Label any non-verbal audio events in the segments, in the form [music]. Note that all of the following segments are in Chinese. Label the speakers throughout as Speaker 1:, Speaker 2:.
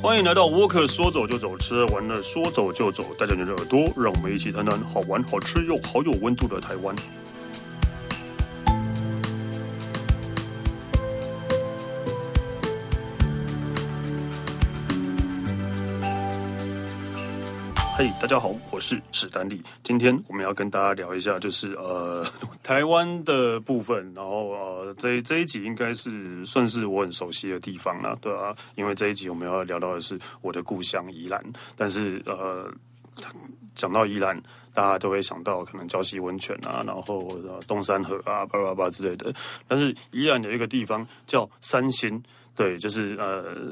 Speaker 1: 欢迎来到沃克，说走就走，吃喝玩乐说走就走，带着你的耳朵，让我们一起谈谈好玩、好吃又好有温度的台湾。嘿、大家好，我是史丹利。今天我们要跟大家聊一下，就是呃， [laughs] 台湾的部分。然后呃，这这一集应该是算是我很熟悉的地方啦，对啊，因为这一集我们要聊到的是我的故乡宜兰，但是呃，讲到宜兰，大家都会想到可能礁溪温泉啊，然后呃东山河啊，巴拉巴拉之类的。但是宜兰有一个地方叫三星，对，就是呃。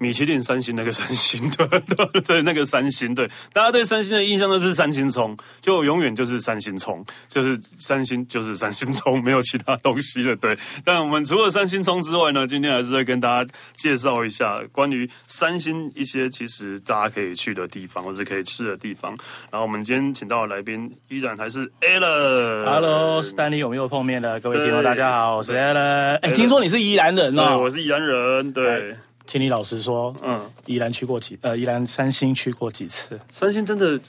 Speaker 1: 米其林三星那个三星，对对对，那个三星，对，大家对三星的印象都是三星葱，就永远就是三星葱，就是三星就是三星葱，没有其他东西了，对。但我们除了三星葱之外呢，今天还是会跟大家介绍一下关于三星一些其实大家可以去的地方，或是可以吃的地方。然后我们今天请到的来宾依然还是 Alan。
Speaker 2: Hello，斯丹利，我们又碰面了，各位听众
Speaker 1: 对
Speaker 2: 大家好，我是 Alan。哎，听说你是宜兰人
Speaker 1: 对，我
Speaker 2: 哦，
Speaker 1: 是宜兰人，对，
Speaker 2: 请你老实说，
Speaker 1: 嗯，
Speaker 2: 宜兰去过几？呃，宜兰三星去过几次？
Speaker 1: 三星真的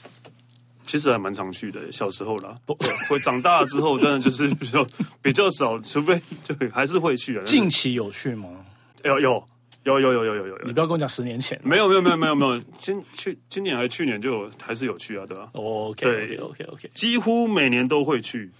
Speaker 1: 其实还蛮常去的，小时候啦。
Speaker 2: 哦
Speaker 1: 对 [laughs] 会长大之后，真的就是 [laughs] 比较比较少，除非对还是会去的。啊
Speaker 2: 近期有去吗？
Speaker 1: 有有有有有有有有
Speaker 2: 你
Speaker 1: 有，
Speaker 2: 不要跟我讲十年前。
Speaker 1: 没有没有没有没有没有，今去今年还去年就有还是有去啊，对吧、
Speaker 2: 哦
Speaker 1: 对
Speaker 2: OK，OK，OK，OK，
Speaker 1: 几乎每年都会去，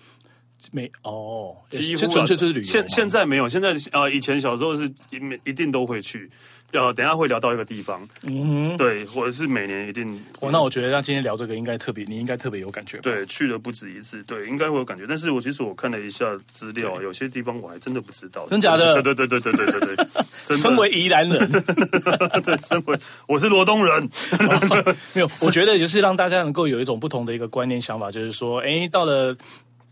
Speaker 2: 没哦，
Speaker 1: 几乎
Speaker 2: 这
Speaker 1: 啊
Speaker 2: 纯粹就是旅游嘛。
Speaker 1: 现现在没有，现在啊、呃以前小时候是一一定都会去。呃，等一下会聊到一个地方，嗯，对，或者是每年一定
Speaker 2: 哦，那我觉得那今天聊这个应该特别，你应该特别有感觉吧。
Speaker 1: 对，去了不止一次，对，应该会有感觉。但是我其实我看了一下资料，啊有些地方我还真的不知道，
Speaker 2: 真假的
Speaker 1: 对对对对对对对对，真的
Speaker 2: 身为宜兰人，
Speaker 1: 对身为我是罗东人，
Speaker 2: 没有，我觉得就是让大家能够有一种不同的一个观念想法，就是说，哎，到了。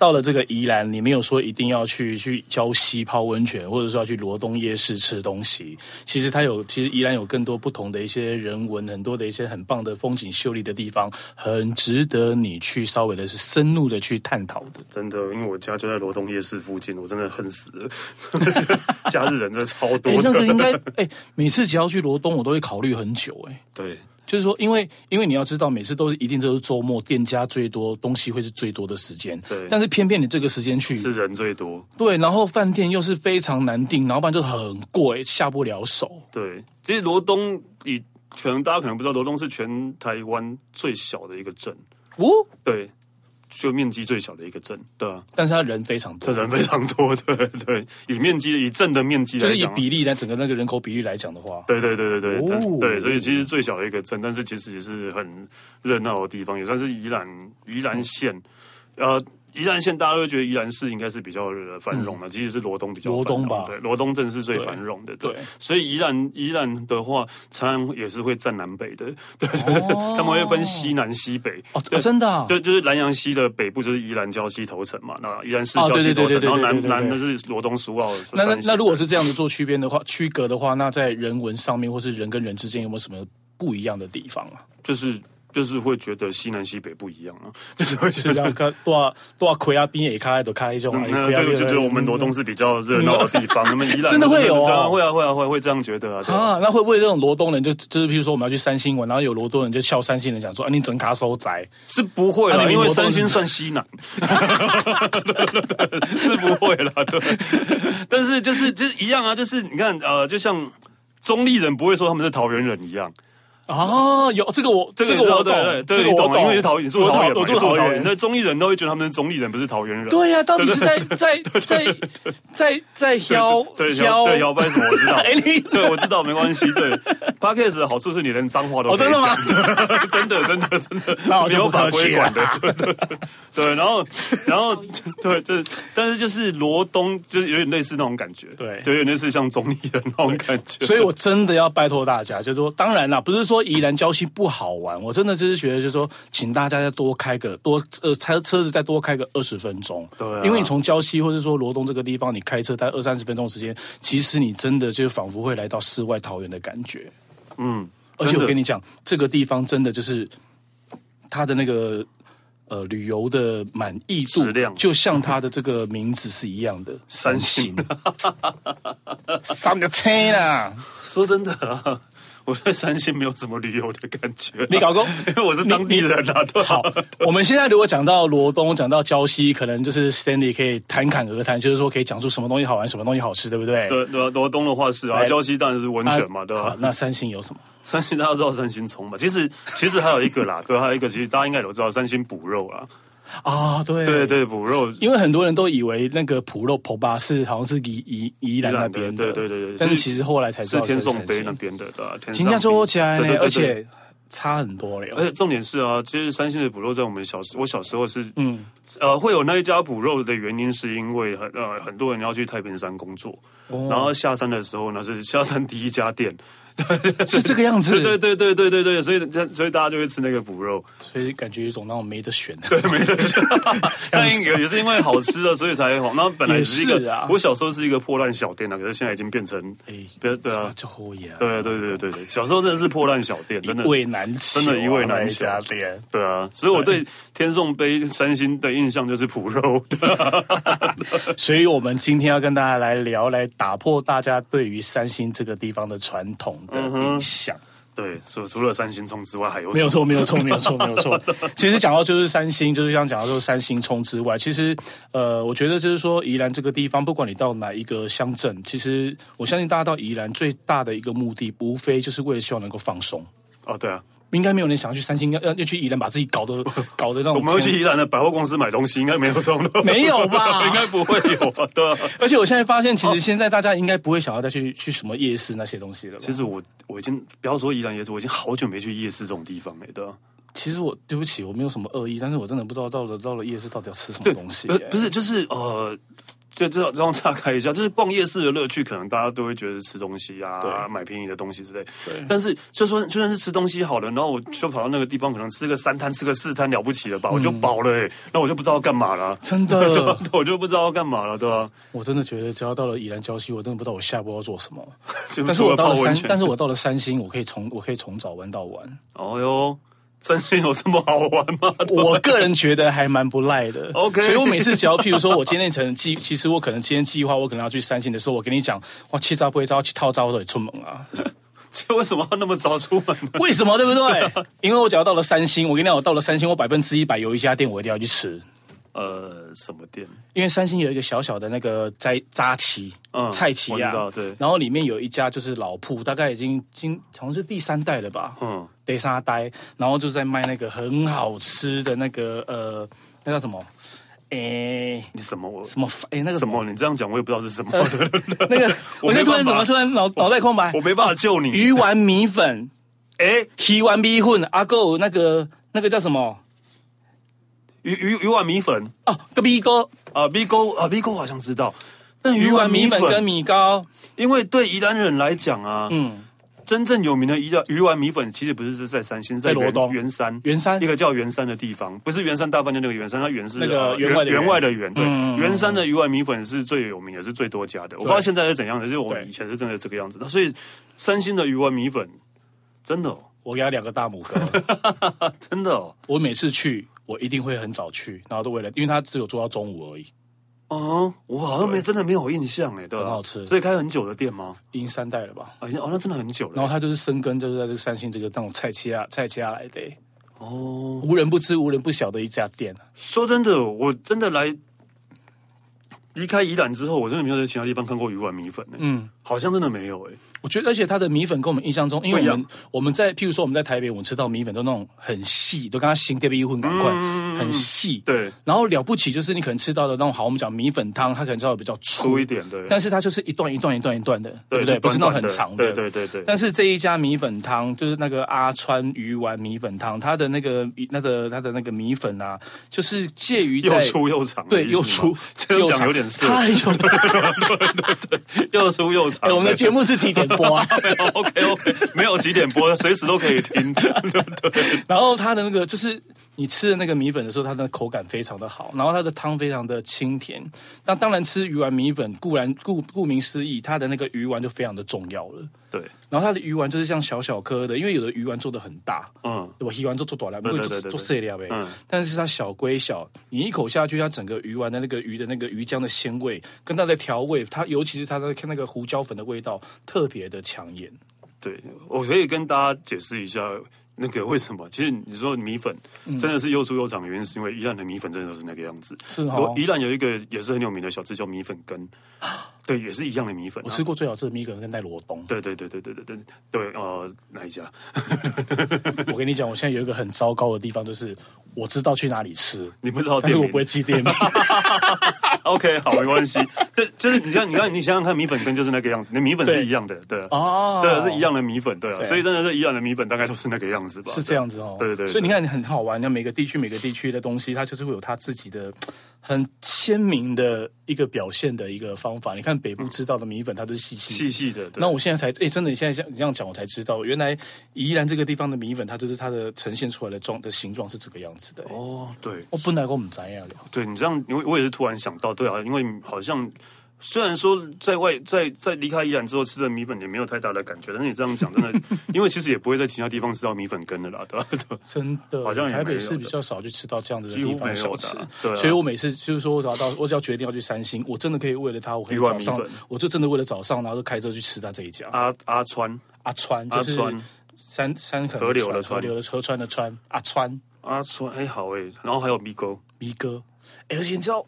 Speaker 2: 到了这个宜兰，你没有说一定要去去礁溪泡温泉，或者说要去罗东夜市吃东西。其实它有，其实宜兰有更多不同的一些人文，很多的一些很棒的风景秀丽的地方，很值得你去稍微的是深入的去探讨的。
Speaker 1: 真的，因为我家就在罗东夜市附近，我真的恨死了。 [laughs] 假日人真的超
Speaker 2: 哎，
Speaker 1: 多
Speaker 2: 那个
Speaker 1: 的，
Speaker 2: 应该，哎，每次只要去罗东，我都会考虑很久、诶哎。
Speaker 1: 对，
Speaker 2: 就是说，因为因为你要知道，每次都是一定都是周末，店家最多，东西会是最多的时间。
Speaker 1: 对
Speaker 2: 但是偏偏你这个时间去，
Speaker 1: 是人最多，
Speaker 2: 对，然后饭店又是非常难订，然后不然就很贵，下不了手。
Speaker 1: 对。其实罗东以可能大家可能不知道，罗东是全台湾最小的一个镇，
Speaker 2: 哦，
Speaker 1: 对，就面积最小的一个镇，对啊，
Speaker 2: 但是他人非常
Speaker 1: 这
Speaker 2: 多，
Speaker 1: 人非常多，对对，以面积以镇的面积
Speaker 2: 就
Speaker 1: 来
Speaker 2: 是以
Speaker 1: 讲啊。
Speaker 2: 比例来整个那个人口比例来讲的话，
Speaker 1: 对对对对对，但
Speaker 2: 哦
Speaker 1: 对，所以其实最小的一个镇，但是其实也是很热闹的地方，也算是宜兰宜兰县，
Speaker 2: 嗯
Speaker 1: 呃。宜兰县大家都会觉得宜兰市应该是比较呃繁荣的，其实是罗东比较繁荣
Speaker 2: 嗯罗东吧
Speaker 1: 对，罗东镇是最繁荣的，对。
Speaker 2: 对
Speaker 1: 所以宜兰宜兰的话，常常也是会占南北的，对对对， [laughs] 他们会分西南西北，
Speaker 2: 哦，
Speaker 1: 对
Speaker 2: 啊真的、啊，
Speaker 1: 对，就是南洋西的北部就是宜兰礁溪头城嘛，那宜兰市
Speaker 2: 哦
Speaker 1: 礁溪
Speaker 2: 对对对
Speaker 1: 头城，
Speaker 2: 对对
Speaker 1: 然后南
Speaker 2: 对对对
Speaker 1: 南
Speaker 2: 对
Speaker 1: 的是罗东苏澳。
Speaker 2: 那那
Speaker 1: 山西
Speaker 2: 那如果是这样子做区别的话，区隔的话，那在人文上面或是人跟人之间有没有什么不一样的地方啊？
Speaker 1: 就是就是会觉得西南西北不一样啊，就是会觉
Speaker 2: 就
Speaker 1: 得。
Speaker 2: 像看多少多少葵啊边也开都开一种，哎
Speaker 1: 那
Speaker 2: 葵啊
Speaker 1: 就
Speaker 2: 边
Speaker 1: 就觉得我们罗东是比较热闹的地方，那么宜兰
Speaker 2: 真的会有哦
Speaker 1: 当然会啊会啊会会这样觉得啊，对啊
Speaker 2: 啊，那会不会这种罗东人就就是，譬如说我们要去三星玩，然后有罗东人就笑三星人讲说啊，你整卡收宅，
Speaker 1: 是不会
Speaker 2: 啊
Speaker 1: 啦，
Speaker 2: 你
Speaker 1: 因
Speaker 2: 们
Speaker 1: 为
Speaker 2: 罗东
Speaker 1: 三
Speaker 2: 是
Speaker 1: 星算西南，是不会啦，对。但是就是就是一样啊，就是你看呃，就像中立人不会说他们是桃园人一样，
Speaker 2: 啊，有这个我这
Speaker 1: 这
Speaker 2: 个我懂
Speaker 1: 对，对
Speaker 2: 这个
Speaker 1: 你
Speaker 2: 我
Speaker 1: 懂啊，因为是桃你住
Speaker 2: 我
Speaker 1: 桃园嘛，
Speaker 2: 我
Speaker 1: 你
Speaker 2: 住桃
Speaker 1: 园，
Speaker 2: 园。
Speaker 1: 那中立人都会觉得他们是中立人，不是桃园人。
Speaker 2: 对呀、到底是在在在在在挑
Speaker 1: 对摇对摇摆什么我知
Speaker 2: [laughs]
Speaker 1: 道，
Speaker 2: 哎你
Speaker 1: [laughs] 对我知道没关系。对 podcast 的好处是你连脏话都
Speaker 2: 哦
Speaker 1: 可以
Speaker 2: 真的
Speaker 1: 讲
Speaker 2: 吗，
Speaker 1: [laughs] 真的真的真的，
Speaker 2: [laughs] 那我
Speaker 1: 没
Speaker 2: 就
Speaker 1: 有
Speaker 2: 不
Speaker 1: 法
Speaker 2: 客
Speaker 1: 规
Speaker 2: 气
Speaker 1: 管
Speaker 2: 了
Speaker 1: 的。
Speaker 2: [laughs]
Speaker 1: 对对对对，然后然后对，就是但是就是罗东就是有点类似那种感觉，
Speaker 2: 对
Speaker 1: 就有点类似像中立的那种感 [laughs] 觉。
Speaker 2: 所以，我真的要拜托大家，就是说，当然啦，不是说宜兰礁溪不好玩，我真的就是觉得，就是说，请大家再多开个多呃车车子再多开个二十分钟，
Speaker 1: 对啊
Speaker 2: 因为你从礁溪或者说罗东这个地方，你开车待二三十分钟的时间，其实你真的就仿佛会来到世外桃源的感觉。
Speaker 1: 嗯，
Speaker 2: 而且我跟
Speaker 1: 你
Speaker 2: 你讲，这个地方真的就是它的那个呃旅游的满意度
Speaker 1: 质量，
Speaker 2: 就像它的这个名字是一
Speaker 1: [laughs]
Speaker 2: 样的，三星，三个车啦。
Speaker 1: 说真的啊。我对三星没有什么旅游的感觉、啊
Speaker 2: 你搞工。
Speaker 1: [laughs] 因为我是当地人啊，对吧 [laughs]
Speaker 2: 好，我们现在如果讲到罗东，讲到礁溪，可能就是 Stanley 可以侃侃而谈，就是说可以讲出什么东西好玩，什么东西好吃，对不对？
Speaker 1: 对对啊，罗东的话是啊，
Speaker 2: 来
Speaker 1: 礁溪当然是温
Speaker 2: 啊，
Speaker 1: 泉嘛，对吧
Speaker 2: 好？那三星有什么？
Speaker 1: 三星大家知道三星葱嘛？其实其实还有一个啦， [laughs] 对，还有一个其实大家应该都知道三星补肉啦，
Speaker 2: 啊，对
Speaker 1: 对。对，补肉
Speaker 2: 因为很多人都以为那个普肉普巴是好像是宜宜宜兰那边的，
Speaker 1: 对对对对对
Speaker 2: 但是
Speaker 1: 是
Speaker 2: 其实后来才知
Speaker 1: 是
Speaker 2: 道
Speaker 1: 天
Speaker 2: 是
Speaker 1: 颂
Speaker 2: 三
Speaker 1: 杯
Speaker 2: 星
Speaker 1: 那边的，对吧？天
Speaker 2: 评
Speaker 1: 上
Speaker 2: 价
Speaker 1: 杯
Speaker 2: 做起来
Speaker 1: 对对
Speaker 2: 呢，
Speaker 1: 对对
Speaker 2: 而且差
Speaker 1: [laughs]
Speaker 2: 很多了。
Speaker 1: 而且重点是啊，其实三星的补肉在我们小时，我小时候是，嗯，呃，会有那一家补肉的原因，是因为很呃很多人要去太平山工作，
Speaker 2: 哦
Speaker 1: 然后下山的时候呢是下山第一家店，
Speaker 2: 是这个样子，
Speaker 1: 对对对对对对对，所以所以大家就会吃那个补肉，
Speaker 2: 所以感觉有一种那种没得选
Speaker 1: [laughs]
Speaker 2: 的。
Speaker 1: 但应该也是因为好吃的，所以才红。那本来只是一
Speaker 2: 也是
Speaker 1: 个
Speaker 2: 啊，
Speaker 1: 我小时候是一个破烂小店啊，可是现在已经变成，
Speaker 2: 哎
Speaker 1: 对对啊，
Speaker 2: 这后也啊
Speaker 1: 对对对对对，小时候真的是破烂小店，真的
Speaker 2: 一味难求啊，
Speaker 1: 真的一味难求
Speaker 2: 那一家店。
Speaker 1: 对啊，所以我对天颂杯三星的印象就是普
Speaker 2: [laughs]
Speaker 1: 肉。
Speaker 2: 所以我们今天要跟大家来聊，来打破大家对于三星这个地方的传统的印象。
Speaker 1: 对，除除了三星葱之外，还有
Speaker 2: 没有
Speaker 1: 什么
Speaker 2: 错，没有错，没有错，没有错。 [laughs] 其实讲到就是三星，就是像讲到就是三星冲之外，其实呃，我觉得就是说宜兰这个地方，不管你到哪一个乡镇，其实我相信大家到宜兰最大的一个目的，无非就是为了希望能够放松。
Speaker 1: 哦，对啊，
Speaker 2: 应该没有人想要去三星，要要去宜兰把自己搞得 [laughs] 搞得那种。
Speaker 1: 我们会去宜兰的百货公司买东西，应该没有这种的，
Speaker 2: [laughs] 没有
Speaker 1: [laughs]
Speaker 2: 吧
Speaker 1: 应该不会有啊，对啊。
Speaker 2: 而且我现在发现，其实现在大家应该不会想要再去去什么夜市那些东西了吧。
Speaker 1: 其实我我已经不要说宜兰夜市，我已经好久没去夜市这种地方了，对啊。
Speaker 2: 其实我对不起，我没有什么恶意，但是我真的不知道到了到了夜市到底要吃什么
Speaker 1: 对，
Speaker 2: 东西、
Speaker 1: 不
Speaker 2: 欸
Speaker 1: 是不是，就是呃，就这这样岔开一下，就是逛夜市的乐趣，可能大家都会觉得是吃东西啊，
Speaker 2: 对
Speaker 1: 买便宜的东西之类。但是就说就算是吃东西好了，然后我就跑到那个地方，可能吃个三摊、吃个四摊了不起了吧，我就
Speaker 2: 嗯
Speaker 1: 饱了、欸，那我就不知道干嘛了。
Speaker 2: 真的，
Speaker 1: 我就不知道干嘛了，对吧、
Speaker 2: 我真的觉得只要到了宜兰郊区，我真的不知道我下一步要做什么。
Speaker 1: 就
Speaker 2: 但是
Speaker 1: 除
Speaker 2: 我
Speaker 1: 了
Speaker 2: 到
Speaker 1: 泡
Speaker 2: 了
Speaker 1: 温
Speaker 2: 三，但
Speaker 1: 泉。
Speaker 2: 是我到了三星，我可以从我可以从早玩到晚。
Speaker 1: 哦哟，真心有这么好玩吗？ [laughs]
Speaker 2: 我个人觉得还蛮不赖的。
Speaker 1: OK
Speaker 2: 所以我每次只要譬如说我今天可能计，其实我可能今天计划我可能要去三星的时候，我跟你讲，哇，七招不会招，去套招都得出门啊。
Speaker 1: 就为什么要那么早出门呢？
Speaker 2: 为什么？对
Speaker 1: [laughs]
Speaker 2: 不对？因为我只要到了三星，我跟你讲，我到了三星，我百分之一百有一家店我一定要去吃。
Speaker 1: 呃，什么店？
Speaker 2: 因为三星有一个小小的那个斋扎旗，
Speaker 1: 嗯
Speaker 2: 菜旗
Speaker 1: 我知
Speaker 2: 呀、
Speaker 1: 道对
Speaker 2: 然后里面有一家就是老铺，大概已经经好像是第三代了吧，
Speaker 1: 嗯，
Speaker 2: 第三代，然后就在卖那个很好吃的那个呃，那叫什么？诶，
Speaker 1: 你什么我
Speaker 2: 什么？诶，那个
Speaker 1: 什么？你这样讲我也不知道是什么，
Speaker 2: 那个，
Speaker 1: [laughs] 我
Speaker 2: 我
Speaker 1: 没
Speaker 2: 现在突
Speaker 1: 办法
Speaker 2: 然怎么突然脑脑袋空白
Speaker 1: 我？没办法救你。
Speaker 2: 哎鱼丸米粉、
Speaker 1: 哎、
Speaker 2: 鱼丸米粉，阿够那个那个叫什么？
Speaker 1: 鱼鱼鱼丸米粉
Speaker 2: 哦，个逼哥，
Speaker 1: 啊，B 沟啊，B 沟好像知道。但
Speaker 2: 鱼
Speaker 1: 鱼
Speaker 2: 丸
Speaker 1: 丸
Speaker 2: 米
Speaker 1: 米
Speaker 2: 粉
Speaker 1: 粉，
Speaker 2: 跟米糕，
Speaker 1: 因为对宜兰人来讲啊，
Speaker 2: 嗯，
Speaker 1: 真正有名的宜兰鱼丸米粉其实不是是在三星，在
Speaker 2: 在罗
Speaker 1: 元
Speaker 2: 东
Speaker 1: 圆山。
Speaker 2: 圆山
Speaker 1: 一个叫圆山的地方，不是圆山大饭店那个圆山，它圆是
Speaker 2: 那个
Speaker 1: 呃
Speaker 2: 员外的员嗯
Speaker 1: 员外的员，对，圆山的鱼丸米粉是最有名也是最多家的。我不知道现在是怎样的，就是我们
Speaker 2: 对
Speaker 1: 以前是真的这个样子。那所以三星的鱼丸米粉真的哦，
Speaker 2: 我给他两个大拇哥。
Speaker 1: 真的哦，
Speaker 2: 我每次去，我一定会很早去，然后都为了，因为它只有做到中午而已。
Speaker 1: 哦，我好像没真的没有印象哎，对吧？
Speaker 2: 很好吃
Speaker 1: 所以开很久的店吗？
Speaker 2: 已经三代了吧？
Speaker 1: 啊，哦，那真的很久
Speaker 2: 然
Speaker 1: 了
Speaker 2: 后它就是生根，就是在这个三星这个那种菜切啊菜切下来的、
Speaker 1: 哦。
Speaker 2: 无人不知、无人不晓的一家店。啊
Speaker 1: 说真的，我真的来离开宜兰之后，我真的没有在其他地方看过鱼丸米粉、欸。嗯，好像真的没有欸诶、
Speaker 2: 我觉得，而且它的米粉跟我们印象中，因为
Speaker 1: 不一
Speaker 2: 我
Speaker 1: 样
Speaker 2: 们我们在譬如说我们在台北，我们吃到米粉都那种很细，都跟它新对比一混
Speaker 1: 嗯
Speaker 2: 赶快，很细。
Speaker 1: 对，
Speaker 2: 然后了不起就是你可能吃到的那种好，我们讲米粉汤，它可能稍微比较粗
Speaker 1: 粗一，点的，
Speaker 2: 但是它就是一段一段一段一段的，对不对？
Speaker 1: 是
Speaker 2: 不是那种
Speaker 1: 短短
Speaker 2: 很
Speaker 1: 的
Speaker 2: 长
Speaker 1: 对
Speaker 2: 的，
Speaker 1: 对对对。
Speaker 2: 但是这一家米粉汤，就是那个阿川鱼丸米粉汤，它的那个那个它的那个米粉啊，就是介于
Speaker 1: 又
Speaker 2: 在
Speaker 1: 粗又长的意
Speaker 2: 对
Speaker 1: 思吗，
Speaker 2: 又粗
Speaker 1: [laughs] 这样
Speaker 2: 又
Speaker 1: 讲
Speaker 2: 长
Speaker 1: 有点色，
Speaker 2: 太有了。
Speaker 1: [laughs] 又粗又
Speaker 2: 哎
Speaker 1: 长。 [laughs]
Speaker 2: 我们的节目是几点播啊？
Speaker 1: OK OK，没有几点播，随时都可以听。
Speaker 2: 然后它的那个就是你吃的那个米粉的时候，它的口感非常的好，然后它的汤非常的清甜。那当然吃鱼丸米粉，固然顾顾名思义，它的那个鱼丸就非常的重要了。
Speaker 1: 对，
Speaker 2: 然后它的鱼丸就是像小小颗的，因为有的鱼丸做的很大，
Speaker 1: 嗯，
Speaker 2: 我鱼丸做做短了，不
Speaker 1: 对
Speaker 2: 会
Speaker 1: 对
Speaker 2: 做
Speaker 1: 对对
Speaker 2: 做碎了呗
Speaker 1: 嗯。
Speaker 2: 但是它小归小，你一口下去，它整个鱼丸的那个鱼的那个鱼浆的鲜
Speaker 1: 嗯
Speaker 2: 味，跟它的调味，它尤其是它的那个胡椒粉的味道特别的抢眼。
Speaker 1: 对，我可以跟大家解释一下那个为什么。其实你说米粉
Speaker 2: 嗯
Speaker 1: 真的是又粗又长，原因是因为宜兰的米粉真的都是那个样子。
Speaker 2: 是
Speaker 1: 我
Speaker 2: 哦
Speaker 1: 宜兰有一个也是很有名的小吃叫米粉羹，对，也是一样的米粉。
Speaker 2: 啊
Speaker 1: 啊
Speaker 2: 我吃过最好吃的米粉跟带罗东。
Speaker 1: 对对对对对对对对，呃，哪一家？ [laughs]
Speaker 2: 我跟你讲，我现在有一个很糟糕的地方，就是我知道去哪里吃，
Speaker 1: 你不知道哦店
Speaker 2: 但是我
Speaker 1: 名
Speaker 2: 不会
Speaker 1: [laughs]
Speaker 2: 记店名。
Speaker 1: ？OK，好，没关系。对，就是你像你看，你想想看，米粉羹就是那个样子，那米粉
Speaker 2: 对
Speaker 1: 是一样的，对啊
Speaker 2: 哦
Speaker 1: 对啊，是一样的米粉，对啊，
Speaker 2: 对
Speaker 1: 所以真的是一样的米粉，大概都是那个样子吧？
Speaker 2: 是这样子哦。
Speaker 1: [laughs] 对对对
Speaker 2: 所以你看，很好玩，那每个地区每个地区的东西，它就是会有它自己的嗯很鲜明的一个表现的一个方法。你看北部吃到的米粉，它都是细细
Speaker 1: 细细的。对
Speaker 2: 那我现在才，哎、真的，你现在像你这样讲，我才知道，原来宜兰这个地方的米粉，它就是它的呈现出来的状的形状是这个样子的、哦，
Speaker 1: 哦，对，
Speaker 2: 我本来跟我们咱也聊，
Speaker 1: 对你这样，因为我也是突然想到，对啊，因为好像虽然说在外在在离开宜兰之后吃的米粉也没有太大的感觉，但是你这样讲真的， [laughs] 因为其实也不会在其他地方吃到米粉羹的啦，对吧、
Speaker 2: 真的，
Speaker 1: 好像也没有
Speaker 2: 台北市比较少去吃到这样子的
Speaker 1: 几乎
Speaker 2: 地方
Speaker 1: 没有
Speaker 2: 小
Speaker 1: 的
Speaker 2: 吃，
Speaker 1: 对啊
Speaker 2: 所以我每次就是说我找到，我只要决定要去三星，我真的可以为了它，我可以
Speaker 1: 一碗
Speaker 2: 早上
Speaker 1: 米粉，
Speaker 2: 我就真的为了早上，然后就开车去吃它这一家。
Speaker 1: 阿阿川，
Speaker 2: 阿川就是
Speaker 1: 阿川
Speaker 2: 山山河
Speaker 1: 河流的川
Speaker 2: 河流的河川的川，阿川
Speaker 1: 阿川，哎、好哎、然后还有米糕，
Speaker 2: 米哥，哎而且你知道，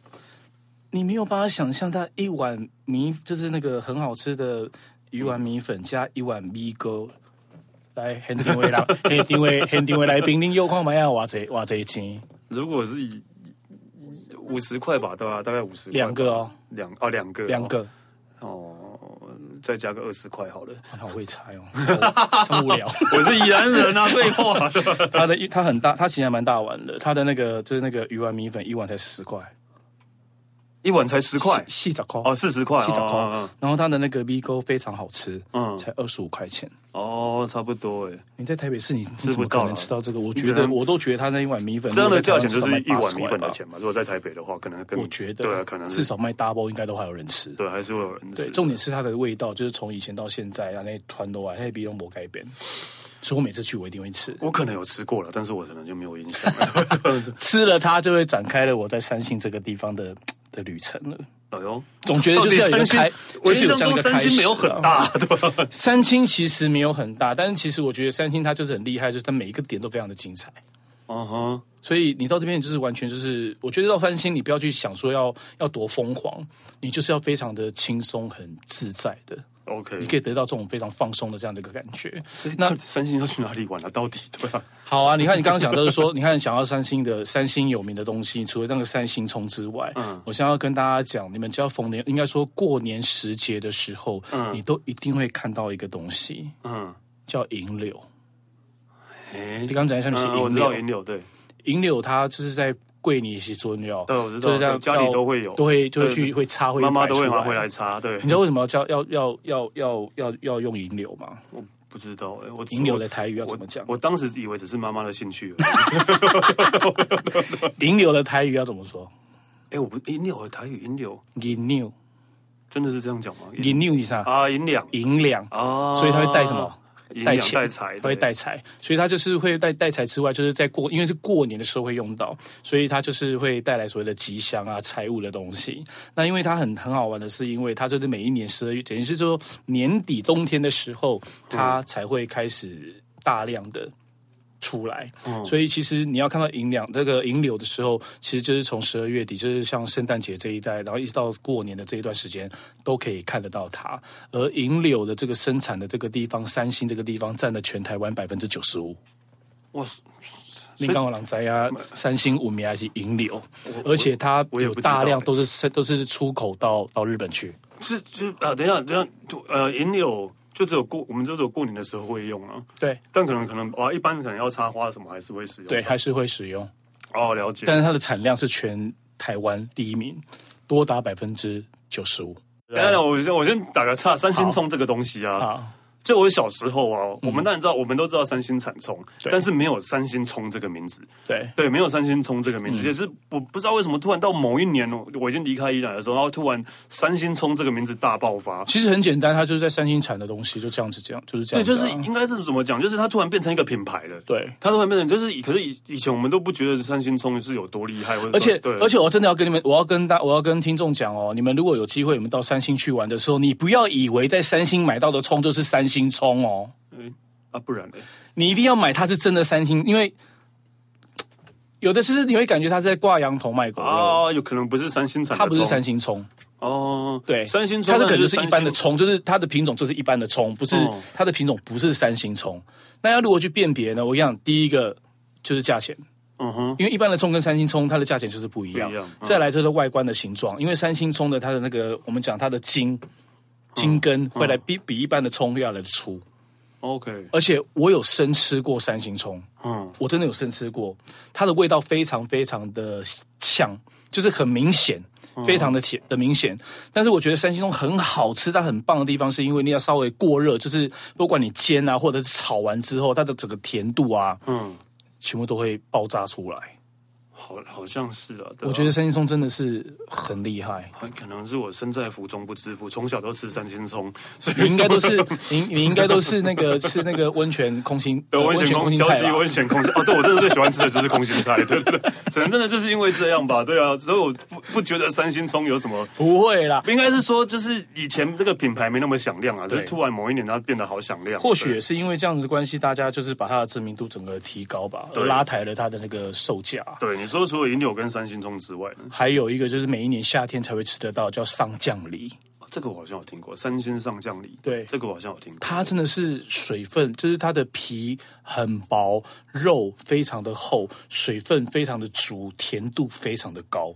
Speaker 2: 你没有办法想象，他一碗米就是那个很好吃的鱼丸米粉加一碗米哥。来，很定位 [laughs] 啦，很定位，很定位来宾，您有空买要哇这哇这一斤
Speaker 1: 如果是以五十块吧，对吧、大概五十，
Speaker 2: 两个哦，
Speaker 1: 两哦两个
Speaker 2: 两个，
Speaker 1: 哦，再加个二十块好了。
Speaker 2: 哇好会猜哦， [laughs] 真无聊。
Speaker 1: 我是宜兰人啊，废话，
Speaker 2: [laughs] 它的一它很大，它其实还蛮大碗的，它的那个就是那个鱼丸米粉一碗才十块，
Speaker 1: 一碗才十块
Speaker 2: 细咋抠
Speaker 1: 哦，四十块，
Speaker 2: 七角
Speaker 1: 哦
Speaker 2: 扣
Speaker 1: 哦，
Speaker 2: 然后它的那个 V 勾非常好吃，
Speaker 1: 嗯
Speaker 2: 嗯，才二十五块钱。
Speaker 1: 哦，差不多哎。
Speaker 2: 你在台北市你吃
Speaker 1: 不
Speaker 2: 不
Speaker 1: 到
Speaker 2: 可
Speaker 1: 啦
Speaker 2: 能吃到这个，我
Speaker 1: 只
Speaker 2: 觉得
Speaker 1: 能
Speaker 2: 我都觉得他那一碗米粉
Speaker 1: 这样的
Speaker 2: 如
Speaker 1: 价
Speaker 2: 果在
Speaker 1: 钱
Speaker 2: 台
Speaker 1: 就
Speaker 2: 湾
Speaker 1: 是一碗
Speaker 2: 至少卖
Speaker 1: 米
Speaker 2: 80
Speaker 1: 粉的
Speaker 2: 吧，
Speaker 1: 钱嘛。如果在台北的话，可能更
Speaker 2: 我觉得
Speaker 1: 对啊，可能
Speaker 2: 至
Speaker 1: 是
Speaker 2: 少卖 double 应该都还有人吃。
Speaker 1: 对，还是会有人
Speaker 2: 啊对，
Speaker 1: 吃。
Speaker 2: 重点是它的味道，就是从以前到现在，那那团都啊，那比用魔改变，所以我每次去我一定会吃，
Speaker 1: 我可能有吃过了，但是我可能就没有印象
Speaker 2: [laughs]
Speaker 1: 了。 [laughs]
Speaker 2: 吃了它就会展开了我在三星这个地方的的旅程了。
Speaker 1: 哎呦，
Speaker 2: 总觉得就是要
Speaker 1: 到
Speaker 2: 有一个
Speaker 1: 底三
Speaker 2: 开
Speaker 1: 星，我
Speaker 2: 就是
Speaker 1: 印
Speaker 2: 有
Speaker 1: 象
Speaker 2: 这样
Speaker 1: 中
Speaker 2: 一个
Speaker 1: 三
Speaker 2: 开
Speaker 1: 星
Speaker 2: 始啊
Speaker 1: 没有很大，对吧？ [laughs]
Speaker 2: 三星其实没有很大，但是其实我觉得三星它就是很厉害，就是它每一个点都非常的精彩。
Speaker 1: 嗯哼，
Speaker 2: 所以你到这边就是完全就是，我觉得到三星你不要去想说要要多疯狂，你就是要非常的轻松、很自在的，你
Speaker 1: OK。
Speaker 2: 可以得到这种非常放松的这样的一个感觉。
Speaker 1: 所以那三星要去哪里玩啊？到底对
Speaker 2: [laughs]
Speaker 1: 吧？
Speaker 2: 好啊，你看你刚刚讲就是说，你 [laughs] 看想要三星的三星有名的东西，除了那个三星葱之外，
Speaker 1: 嗯
Speaker 2: 我想要跟大家讲，你们只要逢年，应该说过年时节的时候，
Speaker 1: 嗯
Speaker 2: 你都一定会看到一个东西
Speaker 1: 嗯，
Speaker 2: 叫银柳。
Speaker 1: 哎
Speaker 2: 你，刚刚讲一下，你是
Speaker 1: 嗯我
Speaker 2: 银
Speaker 1: 知
Speaker 2: 柳
Speaker 1: 道，银柳对，
Speaker 2: 银柳它就是在桂林其中要，
Speaker 1: 嗯对我知道
Speaker 2: 就是这样
Speaker 1: 对家里
Speaker 2: 到
Speaker 1: 都会有
Speaker 2: 都会就会
Speaker 1: 对
Speaker 2: 去会插，会
Speaker 1: 妈妈都会
Speaker 2: 摆出啊
Speaker 1: 拿回来。擦。对
Speaker 2: 你，知道为什么要叫要要要要要要用银柳吗？
Speaker 1: 我不知道，哎，我
Speaker 2: 银柳的台语要怎么讲？
Speaker 1: 我当时以为只是妈妈的兴趣而已。
Speaker 2: 银柳的台语要怎么说？
Speaker 1: 哎，我不银柳的台语银柳
Speaker 2: 银柳，
Speaker 1: 真的是这样讲吗？
Speaker 2: 银柳是啥？
Speaker 1: 啊，银两
Speaker 2: 银两，
Speaker 1: 啊，
Speaker 2: 所以它会带什么？
Speaker 1: 银
Speaker 2: 带
Speaker 1: 两
Speaker 2: 钱
Speaker 1: 带财，
Speaker 2: 它会带财，所以它就是会带带财之外，就是在过，因为是过年的时候会用到，所以它就是会带来所谓的吉祥啊、财务的东西。那因为它很很好玩的是，因为它就是每一年十二月，等于是说年底冬天的时候，它才会开始大量的。出来，所以其实你要看到银两那个银柳的时候，其实就是从十二月底，就是像圣诞节这一带，然后一直到过年的这一段时间，都可以看得到它。而银柳的这个生产的这个地方，三星这个地方占了全台湾百分之九十五。
Speaker 1: 哇，
Speaker 2: 你刚刚讲在啊，三星五名还是银柳，而且它
Speaker 1: 嗯我也
Speaker 2: 有
Speaker 1: 不知道
Speaker 2: 大量都是都是出口到到日本去。
Speaker 1: 是就啊，等一下，等一下，就呃，银柳就只有过，我们就只有过年的时候会用啊。
Speaker 2: 对
Speaker 1: 但可能可能啊，一般可能要插花什么还是会使用。
Speaker 2: 对，，还是会使用，
Speaker 1: 哦，了解。
Speaker 2: 但是它的产量是全台湾第一名，多达百分之九十五。
Speaker 1: 等一下，我先我先打个岔，三星葱这个东西啊，
Speaker 2: 啊，
Speaker 1: 就我小时候啊，我们当然知道，我们都知道三星产葱，
Speaker 2: 嗯对
Speaker 1: 但是没有三星葱这个名字。
Speaker 2: 对，
Speaker 1: 对，没有三星葱这个
Speaker 2: 嗯
Speaker 1: 名字，也是我不知道为什么突然到某一年，我我已经离开宜兰的时候，然后突然三星葱这个名字大爆发。
Speaker 2: 其实很简单，它就是在三星产的东西，就这样子，这样就是这
Speaker 1: 对，
Speaker 2: 样子
Speaker 1: 就
Speaker 2: 啊、
Speaker 1: 是应该是怎么讲？就是它突然变成一个品牌了。
Speaker 2: 对。
Speaker 1: 它突然变成就是以，可是以以前我们都不觉得三星葱是有多厉害，或者
Speaker 2: 而且
Speaker 1: 对，
Speaker 2: 而且，我真的要跟你们，我要跟大，我要跟听众讲哦，你们如果有机会，你们到三星去玩的时候，你不要以为在三星买到的葱就是三星葱哦，
Speaker 1: 诶啊，不然呢？
Speaker 2: 你一定要买它是真的三星，因为有的是你会感觉它是在挂羊头卖狗肉，
Speaker 1: 啊，有可能不是三星产的
Speaker 2: 哦它
Speaker 1: 葱，
Speaker 2: 不是三星葱，
Speaker 1: 哦，
Speaker 2: 对，
Speaker 1: 三星葱
Speaker 2: 它是可能就是
Speaker 1: 但
Speaker 2: 一般的
Speaker 1: 三星
Speaker 2: 葱，就是它的品种就是一般的葱，不是、
Speaker 1: 哦
Speaker 2: 它的品种不是三星葱。那要如何去辨别呢？我跟你讲，第一个就是价钱，
Speaker 1: 嗯哼，
Speaker 2: 因为一般的葱跟三星葱它的价钱就是不一样。
Speaker 1: 不一样嗯
Speaker 2: 再来就是外观的形状，因为三星葱的它的那个我们讲它的茎
Speaker 1: 嗯
Speaker 2: 茎根会来比、比一般的葱要来的粗，
Speaker 1: ，OK，
Speaker 2: 而且我有生吃过三星葱，
Speaker 1: 嗯，
Speaker 2: 我真的有生吃过，它的味道非常非常的呛，就是很明显，
Speaker 1: 嗯
Speaker 2: 非常的甜的明显。但是我觉得三星葱很好吃，它很棒的地方是因为你要稍微过热，就是不管你煎啊，或者是炒完之后，它的整个甜度啊，
Speaker 1: 嗯，
Speaker 2: 全部都会爆炸出来。
Speaker 1: 好，好像是啊，对啊
Speaker 2: 我觉得三星葱真的是很厉害，
Speaker 1: 很可能是我身在福中不知福，从小都吃三星葱， [laughs] 所以
Speaker 2: 你应该都是你你应该都是那个吃那个温泉空心
Speaker 1: 对
Speaker 2: 呃
Speaker 1: 温泉空
Speaker 2: 空心
Speaker 1: 胶
Speaker 2: 菜
Speaker 1: 西
Speaker 2: 吧。
Speaker 1: 温泉空心哦，对我真的最喜欢吃的就是空心菜，对对对，可能真的就是因为这样吧，对啊，所以我不不觉得三星葱有什么。
Speaker 2: 不会啦，
Speaker 1: 应该是说，就是以前这个品牌没那么响亮啊，只是
Speaker 2: 对
Speaker 1: 突然某一年它变得好响亮。
Speaker 2: 或许也是因为这样子的关系，大家就是把它的知名度整个提高吧，
Speaker 1: 对
Speaker 2: 拉抬了它的那个售价。
Speaker 1: 对对你说，除了银柳跟三星葱之外呢，
Speaker 2: 还有一个就是每一年夏天才会吃得到，叫上酱梨，
Speaker 1: 这个我好像有听过，三星上酱梨，
Speaker 2: 对
Speaker 1: 这个我好像有听过。
Speaker 2: 它真的是水分，就是它的皮很薄，肉非常的厚，水分非常的足，甜度非常的高，